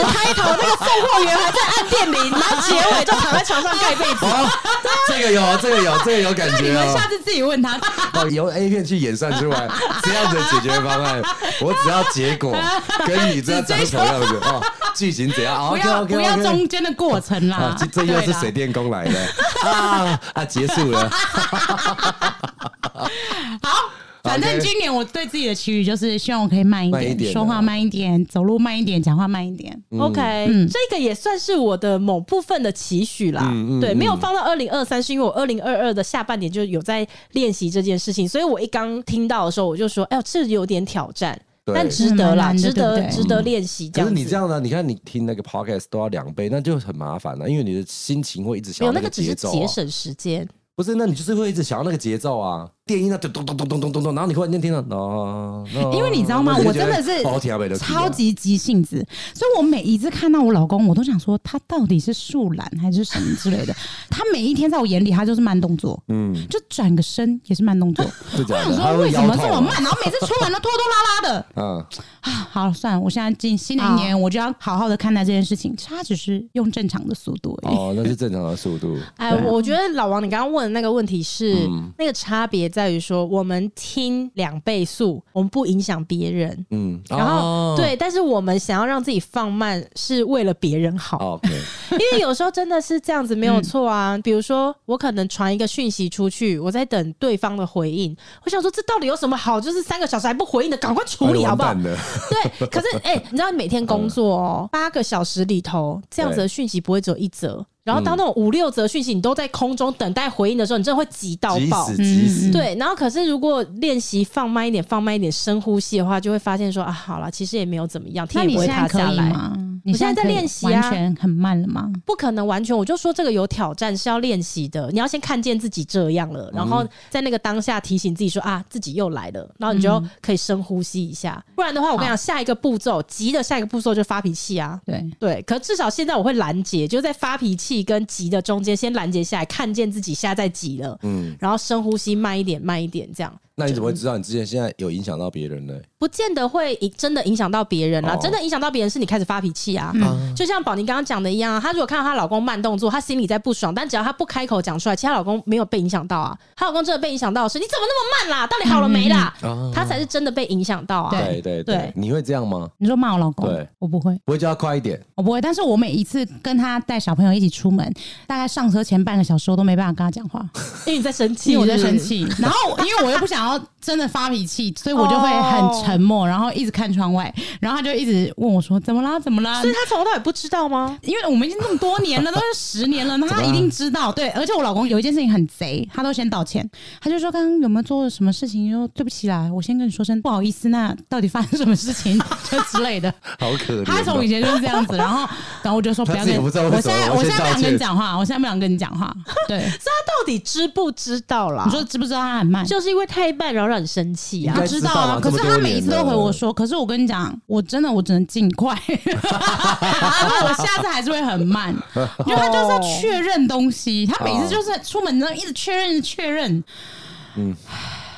Speaker 2: 有开头那个售货员还在
Speaker 1: 按电 铃，然后结尾就躺在床上盖被子。
Speaker 3: 哦，这个有，这个有，这个有感
Speaker 2: 你
Speaker 3: 觉
Speaker 2: 们
Speaker 3: 哦
Speaker 2: 下。次自己问 他。
Speaker 3: 哦，由 A 片去演算 出来这样的解决方案，我只要结果跟你知道长什么样 子哦，剧情怎样
Speaker 2: 不
Speaker 3: ？OK
Speaker 2: 要
Speaker 3: OK
Speaker 2: 不要
Speaker 3: OK。
Speaker 2: 中间的过程啦
Speaker 3: 啊，这，这又
Speaker 2: 对
Speaker 3: 是
Speaker 2: 啦
Speaker 3: 水电工来 的啊啊！结束了，
Speaker 2: 好，反正
Speaker 3: OK
Speaker 2: 今年我对自己的期许就是希望我可以慢一
Speaker 3: 慢一
Speaker 2: 点，
Speaker 3: 点啊
Speaker 2: 说话慢一点，走路慢一点，讲话慢一点。
Speaker 1: OK，、这个也算是我的某部分的期许啦。
Speaker 3: 嗯嗯
Speaker 1: 对，
Speaker 3: 嗯
Speaker 1: 没有放到二零二三，是因为我二零二二的下半年就有在练习这件事情，所以我一刚听到的时候，我就说：“哎呦，这有点挑战，
Speaker 3: 对
Speaker 1: 但值得啦，
Speaker 2: 嗯蛮难的
Speaker 1: 值得
Speaker 2: 对不对
Speaker 1: 值得练习。”这
Speaker 3: 可
Speaker 1: 样
Speaker 3: 是
Speaker 1: 子，
Speaker 3: 你这样呢？你看你听那个 podcast 都要两倍，那就很麻烦了，因为你的心情会一直
Speaker 1: 没
Speaker 3: 想
Speaker 1: 有
Speaker 3: 要
Speaker 1: 那
Speaker 3: 个
Speaker 1: 个只是
Speaker 3: 节奏啊。
Speaker 1: 节省时间。
Speaker 3: 不是，那你就是会一直想要那个节奏啊，电音那咚咚咚咚咚咚咚咚，然后你忽然间听到哦，哦
Speaker 2: 因为你知道吗？我
Speaker 3: 就觉
Speaker 2: 真的
Speaker 3: 得
Speaker 2: 是
Speaker 3: 哦听不下去了
Speaker 2: 超级急性子，所以我每一次看到我老公，我都想说他到底是树懒还是什么之类的。 他每一天在我眼里，他就是慢动作，
Speaker 3: 嗯，
Speaker 2: 就转个身也是慢 动作。
Speaker 3: 就
Speaker 2: 我
Speaker 3: 假
Speaker 2: 想
Speaker 3: 的，他
Speaker 2: 说为
Speaker 3: 会啊
Speaker 2: 什
Speaker 3: 摇
Speaker 2: 么
Speaker 3: 头
Speaker 2: 这么慢？然后每次出门都拖拖拉拉的。
Speaker 3: 嗯，
Speaker 2: 啊好了，算了，我现在进新的一年，我就要好好的看待这件事情。他只是用正常的速度而已。
Speaker 3: 哦，那是正常的速度。
Speaker 1: 哎，我觉得老王，你刚刚问的那个问题是，
Speaker 3: 嗯
Speaker 1: 那个差别在于说，我们听两倍速，我们不影响别人。
Speaker 3: 嗯，
Speaker 1: 然后、
Speaker 3: 哦
Speaker 1: 对，但是我们想要让自己放慢，是为了别人好，
Speaker 3: 哦，OK， 嗯
Speaker 1: 因为有时候真的是这样子没有错啊。比如说，我可能传一个讯息出去，我在等对方的回应，我想说这到底有什么好？就是三个小时还不回应的，赶快处
Speaker 3: 哎
Speaker 1: 理好不好？
Speaker 3: 的，
Speaker 1: 对，可是哎、你知道你每天工作
Speaker 2: 嗯
Speaker 1: 哦，八个小时里头，这样子的讯息不会只有一则，然后当那种五六则讯息你都在空中等待回应的时候，你真的会急到
Speaker 3: 急
Speaker 1: 爆嗯
Speaker 3: 死。急死，
Speaker 1: 对，然后可是如果练习放慢一点，放慢一点，深呼吸的话，就会发现说啊，好了，其实也没有怎么样，
Speaker 2: 那
Speaker 1: 天也
Speaker 2: 你
Speaker 1: 不会
Speaker 2: 现在
Speaker 1: 塌
Speaker 2: 可
Speaker 1: 下
Speaker 2: 以
Speaker 1: 来。
Speaker 2: 吗？
Speaker 1: 我
Speaker 2: 你
Speaker 1: 现在在
Speaker 2: 可以
Speaker 1: 练习啊
Speaker 2: 完全很慢了吗？
Speaker 1: 不可能完全，我就说这个有挑战是要练习的。你要先看见自己这样了，然后在那个当下提醒自己说啊，自己又来了，然后你就可以深呼吸一下。不然的话，我跟你讲，下一个步骤急的下一个步骤就发脾气啊。
Speaker 2: 对，
Speaker 1: 对，可至少现在我会拦截，就在发脾气气跟急的中间先拦截下来，看见自己现在在急了，
Speaker 3: 嗯，
Speaker 1: 然后深呼吸，慢一点，慢一点，这样。
Speaker 3: 那你怎么会知道你之前现在有影响到别人呢？
Speaker 1: 不见得会影真的影响到别人啦，啊
Speaker 3: 哦
Speaker 1: 真的影响到别人是你开始发脾气啊，
Speaker 3: 啊
Speaker 1: 就像宝妮刚刚讲的一样啊，她如果看到她老公慢动作，她心里在不爽，但只要她不开口讲出来，其实她老公没有被影响到啊，她老公真的被影响到的是你怎么那么慢啦，到底好了没啦，
Speaker 3: 啊
Speaker 1: 她才是真的被影响到啊。
Speaker 3: 对对对
Speaker 1: 嗯对，
Speaker 3: 你会这样吗？
Speaker 2: 你说骂我老公
Speaker 3: 对，
Speaker 2: 我不会，
Speaker 3: 我会叫他快一点，
Speaker 2: 我哦不会。但是我每一次跟他带小朋友一起出门，大概上车前半个小时，我都没办法跟他讲话，
Speaker 1: 因为你在生气，
Speaker 2: 因为我在
Speaker 1: 是不
Speaker 2: 生
Speaker 1: 是，
Speaker 2: 气。然后因为我又不想要真的发脾气，所以我就会
Speaker 1: 哦
Speaker 2: 很沉默，然后一直看窗外，然后他就一直问我说：“怎么啦？怎么啦
Speaker 1: 所以？”她从头到尾不知道吗？
Speaker 2: 因为我们已经这么多年了，都是十年了，那他一定知道。对，而且我老公有一件事情很贼，他都先道歉，他就说刚刚有没有做什么事情，就说对不起啦，我先跟你说声不好意思，那到底发生什么事情 就之类的。
Speaker 3: 好可怜哦。
Speaker 2: 他从以前就是这样子， 然后然后我就说不要
Speaker 3: 他自
Speaker 2: 跟
Speaker 3: 己
Speaker 2: 你，
Speaker 3: 不知道为
Speaker 2: 我
Speaker 3: 什
Speaker 2: 现
Speaker 3: 么
Speaker 2: 在
Speaker 3: 我
Speaker 2: 我现
Speaker 3: 先
Speaker 2: 在不
Speaker 3: 道
Speaker 2: 想
Speaker 3: 歉
Speaker 2: 跟你讲话，我现在不想跟你讲话。对，
Speaker 1: 她到底知不知道啦
Speaker 2: 你？说知不知道他很慢？
Speaker 1: 就是因为太慢，然后让你生气
Speaker 3: 啊应
Speaker 1: 啊
Speaker 3: 该。
Speaker 2: 他知道啊，
Speaker 3: 知道吧
Speaker 2: 可
Speaker 3: 这
Speaker 2: 是
Speaker 3: 么多
Speaker 2: 他每一次
Speaker 3: 年
Speaker 2: 都
Speaker 3: 了
Speaker 2: 回我说：“可是我跟你讲，我真的我只能尽 快，我下次还是会很慢，因为他就是要确认东西。他
Speaker 3: 哦
Speaker 2: 每次就是出门之后一直确认确认，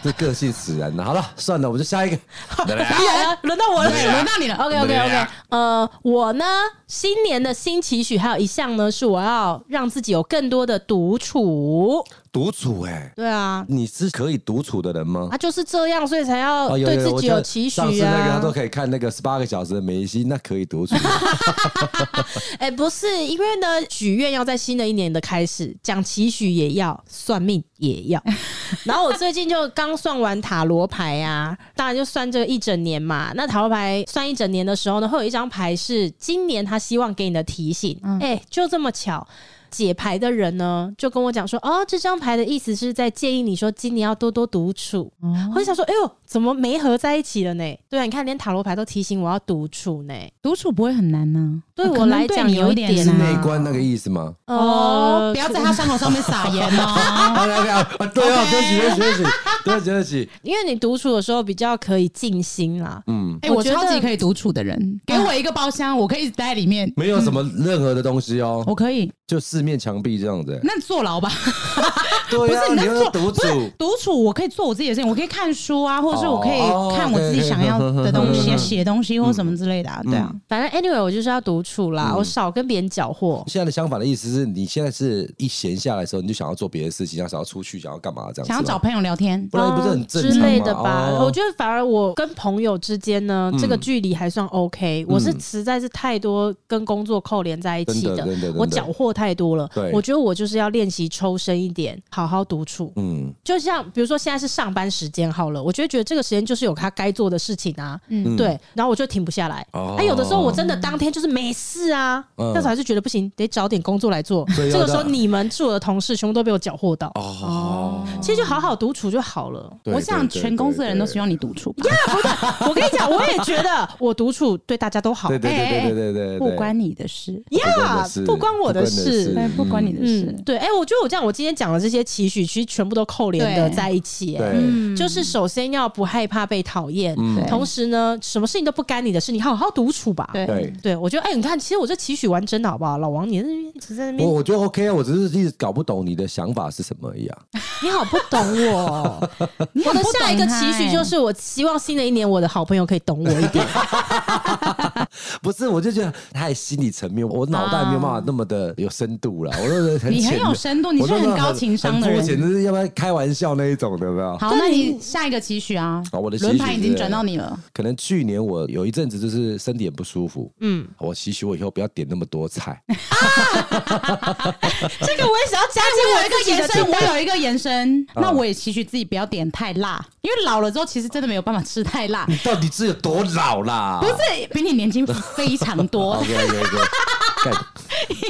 Speaker 3: 这个性使然的。好了，算了，我们就下一个。
Speaker 1: 当然哎了，轮到我了，
Speaker 3: 啊
Speaker 2: 对轮到你了
Speaker 1: OK OK
Speaker 3: 对
Speaker 1: OK，
Speaker 3: 啊
Speaker 1: 呃，我呢，新年的新期许还有一项呢，是我要让自己有更多的独处。
Speaker 3: 独处，哎，
Speaker 1: 对啊，
Speaker 3: 你是可以独处的人吗？
Speaker 1: 啊就是这样，所以才要
Speaker 3: 哦，有
Speaker 1: 对
Speaker 3: 有，
Speaker 1: 自
Speaker 3: 我
Speaker 1: 己
Speaker 3: 觉得
Speaker 1: 期许
Speaker 3: 上次那个他
Speaker 1: 啊
Speaker 3: 都。可以看那个十八个小时的梅西，那可 以独处。
Speaker 1: 哎，不是，因为呢，许愿要在新的一年的开始，讲期许也要，算命也要。然后我最近就刚算完塔罗牌啊，当然就算这一整年嘛。那塔罗牌算一整年的时候呢，会有一张牌是今年他希望给你的提醒。哎、就这么巧。解牌的人呢，就跟我讲说，哦，这张牌的意思是在建议你说，今年要多多独处。我就想说，哎呦，怎么没合在一起了呢？对啊，你看，连塔罗牌都提醒我要独处呢。
Speaker 2: 独处不会很难呢。啊
Speaker 1: 对
Speaker 2: 可
Speaker 1: 我
Speaker 2: 能
Speaker 1: 来
Speaker 2: 对
Speaker 1: 讲
Speaker 2: 你
Speaker 1: 有
Speaker 2: 有
Speaker 1: 一
Speaker 2: 点
Speaker 1: 点
Speaker 3: 是
Speaker 1: 啊
Speaker 3: 内观那个意 思吗？
Speaker 2: 哦，不要在他伤口上面撒盐 哦。
Speaker 3: 啊，对啊，对啊，对不起，对不起，对不起，对不起，对不起。
Speaker 1: 因为你独处的时候比较可以静心啦。
Speaker 3: 嗯，
Speaker 2: 哎，
Speaker 1: 我
Speaker 2: 我
Speaker 1: 觉得
Speaker 2: 超级可以独处的人，给我一个包厢，我可以一直待在里面，
Speaker 3: 没有什么任何的东 西哦，
Speaker 2: 我可以。
Speaker 3: 就四面墙壁这样子。
Speaker 2: 那坐牢吧。
Speaker 3: 对啊，
Speaker 2: 不是
Speaker 3: 你
Speaker 2: 你在
Speaker 3: 要
Speaker 2: 做
Speaker 3: 独
Speaker 2: 不是
Speaker 3: 处。
Speaker 2: 独处，我可以做我自己的事情，我可以看书啊，或者是我可
Speaker 3: 哦
Speaker 2: 以看我自己想要的东西，
Speaker 3: 哦
Speaker 2: 啊，写东西或什么之类的、啊，
Speaker 3: 嗯
Speaker 2: 对啊。
Speaker 1: 反正 anyway，我就是要独处啦，我少跟别人搅和。
Speaker 3: 现在的相反的意思是你现在是一闲下来的时候，你就想要做别的事情，要想要出去，想要干嘛这样子吗。
Speaker 2: 想要找朋友聊天，
Speaker 3: 不然不是很正常吗
Speaker 1: 之类的吧？
Speaker 3: 哦嗯
Speaker 1: 我觉得反而我跟朋友之间呢，这个距离还算 OK。我是实在是太多跟工作扣连在一起
Speaker 3: 真的真的真的
Speaker 1: 我缴获太多了
Speaker 3: 对。
Speaker 1: 我觉得我就是要练习抽身一点，好好独处。
Speaker 3: 嗯
Speaker 1: 就像比如说现在是上班时间好了，我就会觉得这个时间就是有他该做的事情啊，
Speaker 3: 嗯
Speaker 1: 对，然后我就停不下来。
Speaker 3: 哦
Speaker 1: 哎，有的时候我真的当天就是没事啊，
Speaker 3: 嗯
Speaker 1: 但是还是觉得不行，得找点工作来做。
Speaker 3: 所以要
Speaker 1: 这个时候
Speaker 3: 让
Speaker 1: 你们是我的同事，全部都被我缴获到，
Speaker 3: 哦，
Speaker 1: 其实就好好独处就好了。
Speaker 3: 对
Speaker 2: 我想全公司的人都希。望你独处吧，
Speaker 1: 我跟你讲，我也觉得我独处对大家都好
Speaker 3: 对。对对对对对对对对，嗯
Speaker 2: 不哎关你的事，
Speaker 3: 呀
Speaker 1: 不关我的事
Speaker 2: 对，不关你的事
Speaker 1: 嗯，。对，哎、我觉得我这样，我今天讲的这些期许，其实全部都扣连的
Speaker 2: 对
Speaker 1: 在一起、哎，
Speaker 3: 对，
Speaker 1: 就是首先要不害怕被讨厌，
Speaker 3: 嗯
Speaker 2: 对
Speaker 1: 同时呢，什么事情都不干你的事，你好好独处吧。
Speaker 2: 对
Speaker 3: 对。
Speaker 1: 对，我觉得，哎、你看，其实我这期许完真的好不好？老王，你在那边一直在那
Speaker 3: 我
Speaker 1: 边，
Speaker 3: 我觉得 OK 啊，我只是一直搞不懂你的想法是什么啊一样。
Speaker 1: 你好不懂我 哦。我的下一个期许就是，我希望新的一年我的好朋友可以懂我一点。
Speaker 3: 不是，我就觉得太心理层面，我脑袋没有办法那么的有深度了。我就是很
Speaker 2: 你很
Speaker 3: 浅
Speaker 2: 有
Speaker 3: 的
Speaker 2: 深度你
Speaker 3: 我
Speaker 2: 是
Speaker 3: 都
Speaker 2: 很高情商的
Speaker 3: 很
Speaker 2: 人
Speaker 3: 肤浅，就是要不然开玩笑那一种的，有没有？
Speaker 2: 好，那你下一个期许啊
Speaker 3: 好哦我的，期许
Speaker 2: 轮盘已经
Speaker 3: 是
Speaker 2: 转到你了，
Speaker 3: 可能去年我有一阵子就是身体很不舒服，嗯，我期许我以后不要点那么多菜，
Speaker 1: 这个我也想要加进
Speaker 2: 我有
Speaker 1: 自
Speaker 2: 一个
Speaker 1: 己的
Speaker 2: 延伸，
Speaker 1: 清单
Speaker 2: 我有一个延伸，
Speaker 3: 嗯
Speaker 2: 那我也期许自己不要点太辣，因为老了之后其实真的没有办法吃太辣，
Speaker 3: 你 到底是有多老啊啦？
Speaker 2: 不是比你年轻非常 多，
Speaker 3: ，OK OK OK，干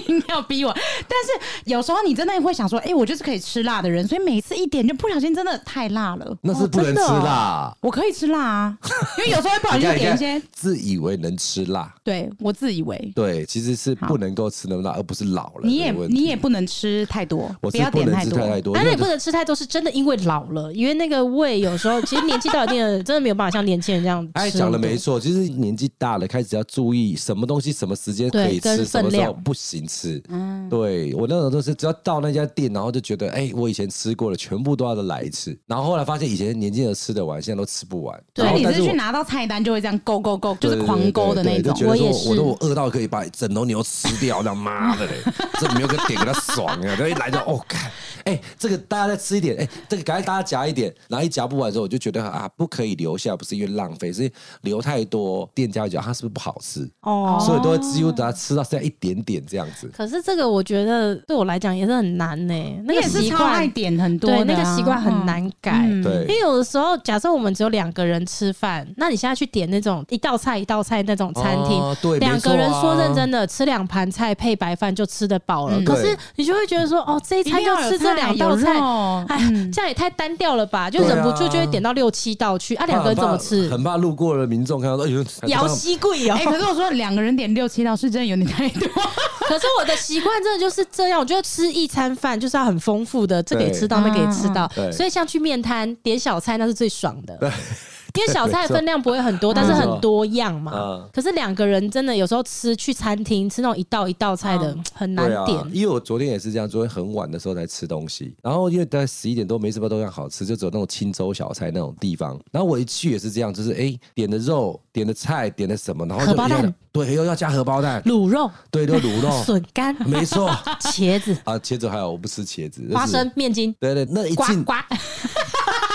Speaker 2: 硬要逼我。但是有时候你真的会想说，哎、我就是可以吃辣的人，所以每次一点就不小心真的太辣了。哦
Speaker 3: 那是不能吃辣。
Speaker 2: 我可以吃辣啊，因为有时候会哦不小
Speaker 3: 你
Speaker 2: 心
Speaker 3: 看，
Speaker 2: 点一
Speaker 3: 你
Speaker 2: 些
Speaker 3: 看，，自以为能吃辣，
Speaker 2: 对我自以为
Speaker 3: 对，其实是不能够吃那么辣，而不是老了。
Speaker 2: 你也
Speaker 3: 这个问题
Speaker 2: 你也不能吃太多，
Speaker 3: 我是
Speaker 2: 要
Speaker 3: 不
Speaker 2: 点
Speaker 3: 能
Speaker 2: 太啊
Speaker 3: 吃太多，
Speaker 1: 而且
Speaker 3: 因为
Speaker 1: 不能吃太多，是真的因为老了，因为那个胃有时候其实年纪到一定的，真的没有办法像年轻人 这样吃。
Speaker 3: 哎，讲的没，错，其实年纪大了，开始要注意什么东西、什么时间可以
Speaker 1: 对
Speaker 3: 吃，
Speaker 1: 跟
Speaker 3: 什么
Speaker 1: 分
Speaker 3: 时
Speaker 1: 量
Speaker 3: 候不行吃。
Speaker 2: 嗯，
Speaker 3: 对我那时候都是只要到那家店，然后就觉得，哎、我以前吃过了，全部都要再来一次。然后后来发现以前年轻人吃得完，现在都吃不完。
Speaker 1: 对
Speaker 2: 所以你
Speaker 3: 但
Speaker 2: 是去
Speaker 3: 我
Speaker 2: 拿到菜单就会这样勾勾勾，就是
Speaker 3: 对对
Speaker 2: 狂勾的那
Speaker 3: 对对
Speaker 2: 种
Speaker 3: 就。觉得
Speaker 1: 我也
Speaker 3: 说我都
Speaker 1: 是
Speaker 3: 我饿到可以把整头牛吃掉，他 妈的嘞！这没有个点给他爽啊！然后一来就哦，看，哎，这个大家再吃一点，哎，这个赶快大家夹一点，然后一夹不完之后，我就觉得啊，不可以留下，不是因为浪费，是因为留太多，店家会觉得它是不是不好吃，
Speaker 1: 哦
Speaker 3: 所以都会几乎等它吃到剩下一点点这样子。
Speaker 1: 可是这个我觉得对我来讲也是很难呢、那
Speaker 2: 你
Speaker 1: 个
Speaker 2: 也是
Speaker 1: 习
Speaker 2: 超爱
Speaker 1: 惯，
Speaker 2: 点很多的
Speaker 1: 对
Speaker 2: 啊，
Speaker 1: 那个习惯很难改。
Speaker 2: 嗯。
Speaker 3: 对
Speaker 1: 因为有的时候，假设我们只有两个人吃饭，那你现在去点那种一道菜一道菜那种餐厅，
Speaker 3: 哦对
Speaker 1: 两、个人说认。
Speaker 3: 没错啊
Speaker 1: 真的吃两盘菜配白饭就吃得饱了。
Speaker 2: 嗯
Speaker 1: 可是
Speaker 3: 对
Speaker 1: 你就会觉得说，哦，这一
Speaker 2: 一
Speaker 1: 餐
Speaker 2: 定
Speaker 1: 就
Speaker 2: 要有啊
Speaker 1: 吃这两道菜
Speaker 2: 有，肉
Speaker 1: 哎，
Speaker 2: 嗯
Speaker 1: 这样也太单调了吧？就
Speaker 3: 对啊
Speaker 1: 忍不住就会点到六七道去，啊，两个人怎么吃
Speaker 3: 很怕？很怕路过的民众看到，哎呦，
Speaker 1: 摇西贵哦
Speaker 2: 哎、。可是我说两个人点六七道是真的有点太 多，
Speaker 1: 可是我的习惯真的就是这样，我觉得吃一餐饭就是要很丰富的，这个也吃到，那
Speaker 2: 对
Speaker 1: 个也吃到
Speaker 3: 嗯嗯，对
Speaker 1: 所以像去面摊点小菜那是最爽的。 因为小菜分量不会很 多，
Speaker 2: 没
Speaker 1: 但
Speaker 2: 错
Speaker 1: 是很多样嘛
Speaker 3: 嗯。
Speaker 1: 可是两个人真的有时候吃去餐厅吃那种一道一道菜的
Speaker 2: 嗯
Speaker 1: 很难
Speaker 3: 对啊
Speaker 1: 点，。
Speaker 3: 因为我昨天也是这样，昨天很晚的时候才吃东西，然后因为大概十一点多没什么东西好吃，就只有那种青州小菜那种地方。然后我一去也是这样，就是哎、点的肉，点的菜，点的什么，然后就
Speaker 1: 荷包
Speaker 3: 一样的
Speaker 1: 蛋，
Speaker 3: 对，又要加荷包蛋，
Speaker 1: 卤肉、
Speaker 3: 对，就卤 肉，
Speaker 1: 笋干、
Speaker 3: 啊哦没错
Speaker 1: 茄子、
Speaker 3: 啊，茄子还有我不吃茄子，
Speaker 1: 花
Speaker 3: 就是
Speaker 1: 生、面筋、
Speaker 3: 对对，那一
Speaker 1: 呱
Speaker 3: 进
Speaker 1: 呱。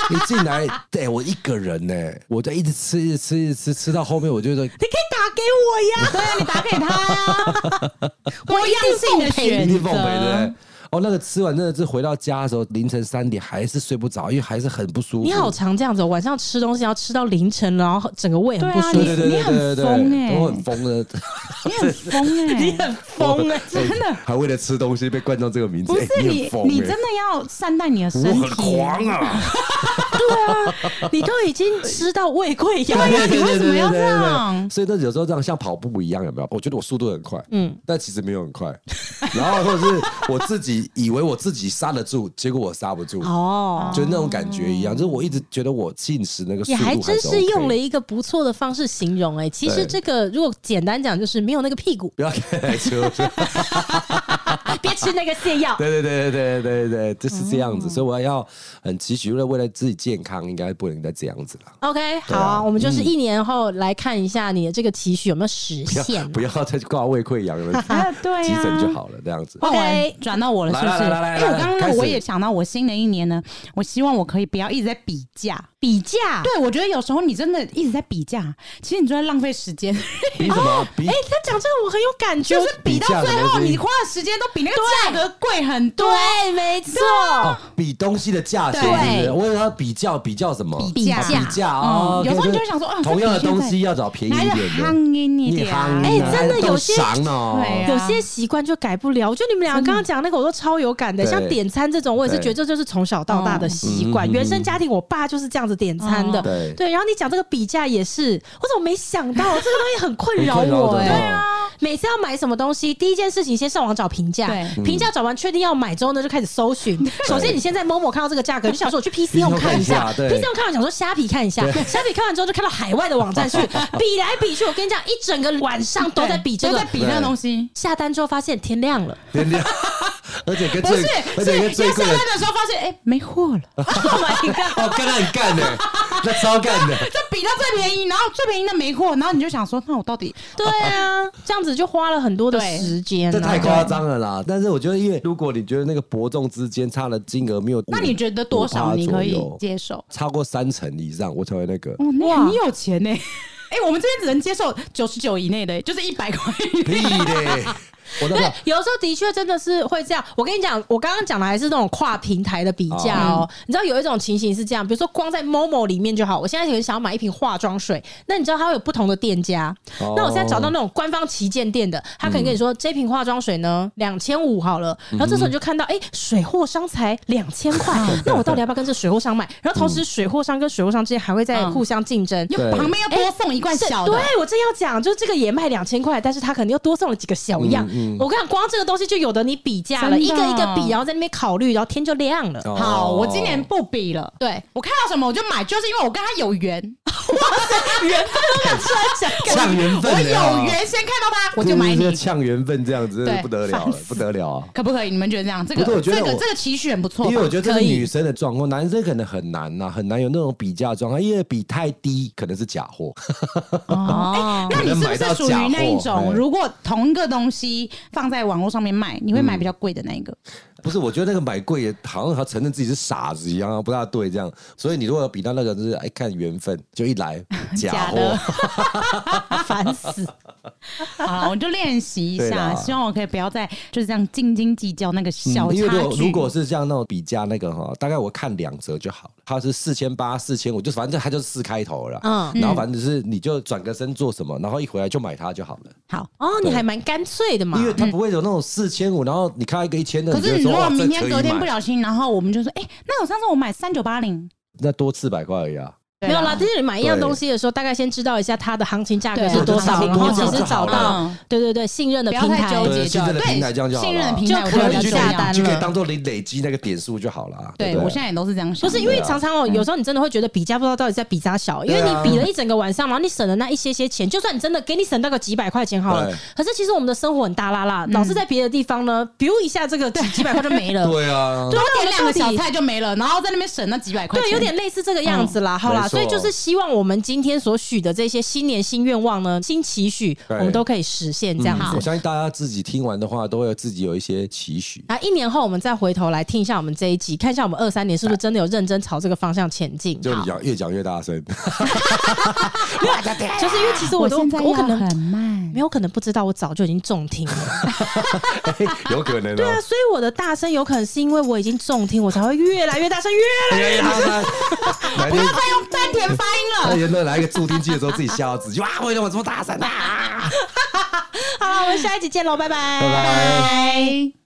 Speaker 3: 一进来，对我一个人呢、我在一直吃，一直吃，一直吃，吃到后面我就说，
Speaker 1: 你可以打给我 呀，对啊，你打给他呀，
Speaker 2: 啊
Speaker 1: 我一定是你的
Speaker 3: 一
Speaker 1: 选
Speaker 3: 定奉陪的。哦，那个吃完真的是回到家的时候凌晨三点还是睡不着，因为还是很不舒服。
Speaker 1: 你好常这样子哦、晚上吃东西要吃到凌晨，然后整个胃很不舒服。
Speaker 3: 对对对
Speaker 2: 你
Speaker 3: 对对对
Speaker 2: 你
Speaker 3: 对，
Speaker 2: 很疯欸
Speaker 3: 我很疯的，
Speaker 2: 你很
Speaker 1: 很
Speaker 2: 疯哎、
Speaker 3: 啊
Speaker 1: 疯哎、
Speaker 3: 真的还为了吃东西被冠上这个名字，
Speaker 2: 不是
Speaker 3: 欸
Speaker 2: 你
Speaker 3: 很，疯
Speaker 2: 你
Speaker 3: 欸
Speaker 2: 真的要善待你的身
Speaker 3: 我
Speaker 2: 体。
Speaker 3: 很狂啊！
Speaker 1: 你都已经吃到胃溃疡
Speaker 2: 对
Speaker 3: 啊
Speaker 1: 了。
Speaker 2: 呀你为什么要这样
Speaker 3: 对对对对对所以那有时候这样像跑步一样，有没有？我觉得我速度很快，嗯，但其实没有很快。然后或者是我自己以为我自己刹得住，结果我刹不住，
Speaker 1: 哦，
Speaker 3: 就那种感觉一样。就是我一直觉得我进食那个速
Speaker 1: 也
Speaker 3: 度
Speaker 1: 还真是用了
Speaker 3: 一。
Speaker 1: 一个不错的方式形容哎、其实
Speaker 3: 对
Speaker 1: 这个如果简单讲，就是没有那个屁股，哎
Speaker 3: 不要开来吃，对
Speaker 1: 别吃那个泻药。
Speaker 3: 对对对对对对，就是这样子，所以我要很期许，为了为了自己健康，应该不能再这样子了。
Speaker 1: OK，好
Speaker 3: 对
Speaker 1: 啊，
Speaker 3: 啊
Speaker 1: 我们就是一年后来看一下你的这个期许有没有实
Speaker 3: 不
Speaker 1: 现啊哎
Speaker 3: 要。不要再挂胃溃疡了，
Speaker 2: 啊，对
Speaker 3: 急
Speaker 2: 呀、
Speaker 3: 诊就好了，这样子。
Speaker 2: 换我
Speaker 1: OK
Speaker 2: 转到我了，是不是？哎
Speaker 3: 来来来来来
Speaker 2: 因为我刚刚
Speaker 3: 开
Speaker 2: 呢，
Speaker 3: 始
Speaker 2: 我也想到，我新的一年呢，我希望我可以不要一直在比价。
Speaker 1: 比价，
Speaker 2: 对，我觉得有时候你真的一直在比价，其实你就在浪费时间，
Speaker 3: 比什
Speaker 2: 哦
Speaker 3: 么？比
Speaker 1: 哎、他讲这个我很有感觉，
Speaker 2: 就是比到最后，你花的时间都比那个价格贵很多。
Speaker 3: 啊
Speaker 1: 对，没错，
Speaker 3: 哦，比东西的价钱，
Speaker 1: 对
Speaker 3: 是不是？我以为他比较比较什么？
Speaker 1: 比价
Speaker 3: 比价啊！
Speaker 2: 嗯
Speaker 3: OK，
Speaker 2: 有时候你就会想说啊
Speaker 3: 同样的东西要找便宜一
Speaker 2: 哪里
Speaker 3: 点的，
Speaker 2: 夯一你点啊
Speaker 3: 夯
Speaker 1: 哎真的有些
Speaker 3: 伤哦。
Speaker 2: 对啊
Speaker 1: 有些习惯就改不了。我觉得你们俩刚刚讲那个，我都超有感的。
Speaker 3: 对
Speaker 1: 像点餐这种，我也是
Speaker 3: 对
Speaker 1: 觉得这就是从小到大的习惯。
Speaker 3: 嗯
Speaker 1: 原生家庭，我爸就是这样子点餐的。
Speaker 2: 嗯
Speaker 3: 对
Speaker 1: 对，然后你讲这个比价也是，我怎么没想到 这个东西很困扰
Speaker 3: 很困扰
Speaker 1: 我
Speaker 3: 的
Speaker 1: 哎、
Speaker 3: 对啊
Speaker 1: 每次要买什么东西，第一件事情先上网找评价
Speaker 2: 对，
Speaker 1: 评价找完确定要买之后呢，就开始搜寻。
Speaker 3: 嗯
Speaker 1: 首先，你先在某某看到这个价 格，你就想说我去 PC 用
Speaker 3: PC
Speaker 1: 看一下
Speaker 3: 看一下对
Speaker 1: ，PC 用看完想说虾皮看一下，虾皮看完之后就看到海外的网 站去比来比去，我跟你讲，一整个晚上都在比这
Speaker 2: 都
Speaker 1: 个
Speaker 2: 在，比那个东西。
Speaker 1: 下单之后发现天亮了，
Speaker 3: 天天 而且跟
Speaker 2: 啊不是
Speaker 3: 最，而且
Speaker 2: 因为
Speaker 3: 跟最
Speaker 2: 下
Speaker 3: 贵的
Speaker 2: 单，的时候发现，哎，没货 了，
Speaker 3: 哦，跟他很 干的，那超干的。
Speaker 2: 这比到最便宜，然后最便宜的没货，然后你就想说，那我到底
Speaker 1: 对啊，这样子就花了很多的
Speaker 2: 对
Speaker 1: 时间、啊，
Speaker 3: 这太夸张了啦！但是我觉得，因为如果你觉得那个伯仲之间差的金额没有，
Speaker 2: 那你觉得多少你可以
Speaker 3: 5%左右
Speaker 2: 接受？
Speaker 3: 超过三成以上，我才会那个。
Speaker 2: 哦，你
Speaker 1: 哇
Speaker 2: 很有钱呢、哎、我们这边只能接受九十九以内的、就是一百块 以内。
Speaker 3: 屁 嘞！我那
Speaker 1: 对
Speaker 3: 个，
Speaker 1: 有时候的确真的是会这样。我跟你讲，我刚刚讲的还是那种跨平台的比价哦。你知道有一种情形是这样，比如说光在 Momo 里面就好，我现在很想要买一瓶化妆水，那你知道它会有不同的店家。
Speaker 3: 哦嗯
Speaker 1: 那我现在找到那种官方旗舰店的，他可能跟你说、这瓶化妆水呢两千五好了，然后这时候你就看到哎、诶水货商才两千 块，那我到底要不要跟这水货商买？然后同
Speaker 3: 嗯
Speaker 1: 时水货商跟水货商之间还会在
Speaker 2: 嗯
Speaker 1: 互相竞争。
Speaker 2: 又
Speaker 3: 对
Speaker 2: 旁边又多送一罐
Speaker 1: 哎是
Speaker 2: 小的，
Speaker 1: 对我正要讲，就是这个也卖两千块，但是他可能又多送了几个小样。我跟你讲，光这个东西就有的你比价了，
Speaker 2: 嗯真
Speaker 1: 一
Speaker 2: 的
Speaker 1: 个
Speaker 2: 啊
Speaker 1: 一个比，然后在那边考虑，然后天就亮了。
Speaker 3: 哦
Speaker 2: 好，我今年不比了。
Speaker 1: 对，
Speaker 2: 我看到什么我就买，就是因为我跟他有缘，
Speaker 1: 缘分都拿出来讲，
Speaker 3: 呛缘分
Speaker 2: 我
Speaker 3: 的啊，
Speaker 2: 有缘先看到他，我就买
Speaker 3: 这
Speaker 2: 你
Speaker 3: 个，呛缘分这样子，真
Speaker 2: 对哦
Speaker 3: 的不得了
Speaker 1: 烦
Speaker 3: 了
Speaker 1: 死，
Speaker 3: 不得了啊！
Speaker 2: 可不可以？你们觉得这样？这
Speaker 3: 不是
Speaker 2: 个
Speaker 3: 我觉得
Speaker 2: 这个
Speaker 3: 我
Speaker 2: 这个期许很不错吧，
Speaker 3: 因为我觉得这
Speaker 1: 可
Speaker 3: 是
Speaker 1: 以
Speaker 3: 女生的状况，男生可能很难呐、很难有那种比价状况，因为比太低可能是假货。
Speaker 2: 哦，哎那你是不是属于那一
Speaker 3: 可能买到假货
Speaker 2: 种，
Speaker 3: 哎
Speaker 2: 如果同一个东西放在网络上面卖，你会买比较贵的那一个？
Speaker 3: 不是，我觉得那个买贵也好像他承认自己是傻子一样啊，不大对这样。所以你如果要比到那个，就是哎看缘分，就一 来假货。
Speaker 2: 的，
Speaker 1: 烦 死。
Speaker 2: 好，我就练习一
Speaker 3: 嗯对
Speaker 2: 下，
Speaker 3: 啦
Speaker 2: 希望我可以不要再就是这样斤斤计较那个小
Speaker 3: 嗯因为如
Speaker 2: 差
Speaker 3: 果
Speaker 2: 距。
Speaker 3: 如果是像那种比价那个哈，大概我看两折就好了。它是四千八、四千五，就反正它就是四开头了。
Speaker 1: 嗯
Speaker 3: 嗯，然后反正就是你就转个身做什么，然后一回来就买它就好了。
Speaker 2: 好，
Speaker 1: 哦，你还蛮干脆
Speaker 2: 嗯
Speaker 1: 的嘛
Speaker 3: 因。为它不会有那种四千五，然后你看到一个一千的，
Speaker 2: 可
Speaker 3: 你就是会
Speaker 2: 你如
Speaker 3: 说
Speaker 2: 果
Speaker 3: 哇，
Speaker 2: 明天
Speaker 3: 这可
Speaker 2: 隔
Speaker 3: 以
Speaker 2: 天不
Speaker 3: 买，
Speaker 2: 小心，然后我们就说，哎，那我上次我买三九八零，
Speaker 3: 那多四百块而已啊。
Speaker 2: 对
Speaker 1: 没有啦，
Speaker 2: 啦
Speaker 1: 就，是你买一样
Speaker 3: 对
Speaker 1: 东西的时候，大概先知道一下它的行情价格
Speaker 2: 对
Speaker 1: 是多少，
Speaker 3: 差不
Speaker 1: 然
Speaker 3: 多
Speaker 1: 后
Speaker 3: 这
Speaker 1: 其
Speaker 3: 样
Speaker 1: 实
Speaker 3: 就好
Speaker 1: 找到
Speaker 2: 了
Speaker 1: 对对对信任的
Speaker 2: 嗯不要
Speaker 1: 平
Speaker 2: 太
Speaker 1: 台
Speaker 2: 纠结
Speaker 3: 对
Speaker 2: 就
Speaker 3: 信
Speaker 2: 好，
Speaker 3: 任的平
Speaker 2: 对
Speaker 3: 台这样就好了
Speaker 2: 信任的平台，
Speaker 1: 就可
Speaker 2: 我觉
Speaker 1: 能
Speaker 2: 得
Speaker 1: 就
Speaker 2: 就
Speaker 1: 下单了
Speaker 3: 就可以当做你累积那个点数就好了啊。
Speaker 2: 对
Speaker 3: 不
Speaker 2: 我现在也都是这样想
Speaker 1: 不
Speaker 2: 的，
Speaker 1: 是因为
Speaker 3: 对啊
Speaker 1: 常常哦，有时候你真的会觉得比价不知道到底在比啥小，因为
Speaker 3: 对啊
Speaker 1: 你比了一整个晚上，然后你省了那一些些钱，就算你真的给你省到个几百块钱好了
Speaker 3: 对，嗯
Speaker 1: 可是其实我们的生活很大啦啦，老是在别的地方呢，比如一下这个几几百块就没了，
Speaker 3: 对啊，
Speaker 1: 对啊，
Speaker 2: 点两
Speaker 1: 我们
Speaker 2: 个
Speaker 1: 到
Speaker 2: 小
Speaker 1: 底
Speaker 2: 菜就没了，然后在那边省那几百块钱，
Speaker 1: 对，有点类似这个样子啦。好啦，
Speaker 3: 嗯没
Speaker 1: 所
Speaker 3: 错
Speaker 1: 以就是希望我们今天所许的这些新年新愿望呢，新期许，我
Speaker 3: 对
Speaker 1: 们都可以实现这样
Speaker 3: 嗯我
Speaker 1: 子。
Speaker 3: 相信大家自己听完的话，都会有自己有一些期许。
Speaker 1: 那一年后，我们再回头来听一下我们这一集，看一下我们二三年是不是真的有认真朝这个方向前进。
Speaker 3: 就你
Speaker 1: 好
Speaker 3: 讲越讲越大声，
Speaker 1: 就是因为其实我都
Speaker 2: 现在
Speaker 1: 我可
Speaker 2: 要
Speaker 1: 能
Speaker 2: 很慢
Speaker 1: 没，有可能不知道，我早就已经中听了。
Speaker 3: 有可能
Speaker 1: 对啊，
Speaker 3: 哦。
Speaker 1: 所以我的大声有可能是因为我已经中听，我才会越来越大声，越来
Speaker 3: 哎呀 他们哪天
Speaker 2: 再用丹田发音
Speaker 3: 那
Speaker 2: 了。
Speaker 3: 人呢来一个助听器的时候，自己吓到自己，哇，为什么这么大声啊？
Speaker 1: 好。我们下一集见喽，拜拜，
Speaker 3: 拜拜
Speaker 2: 拜。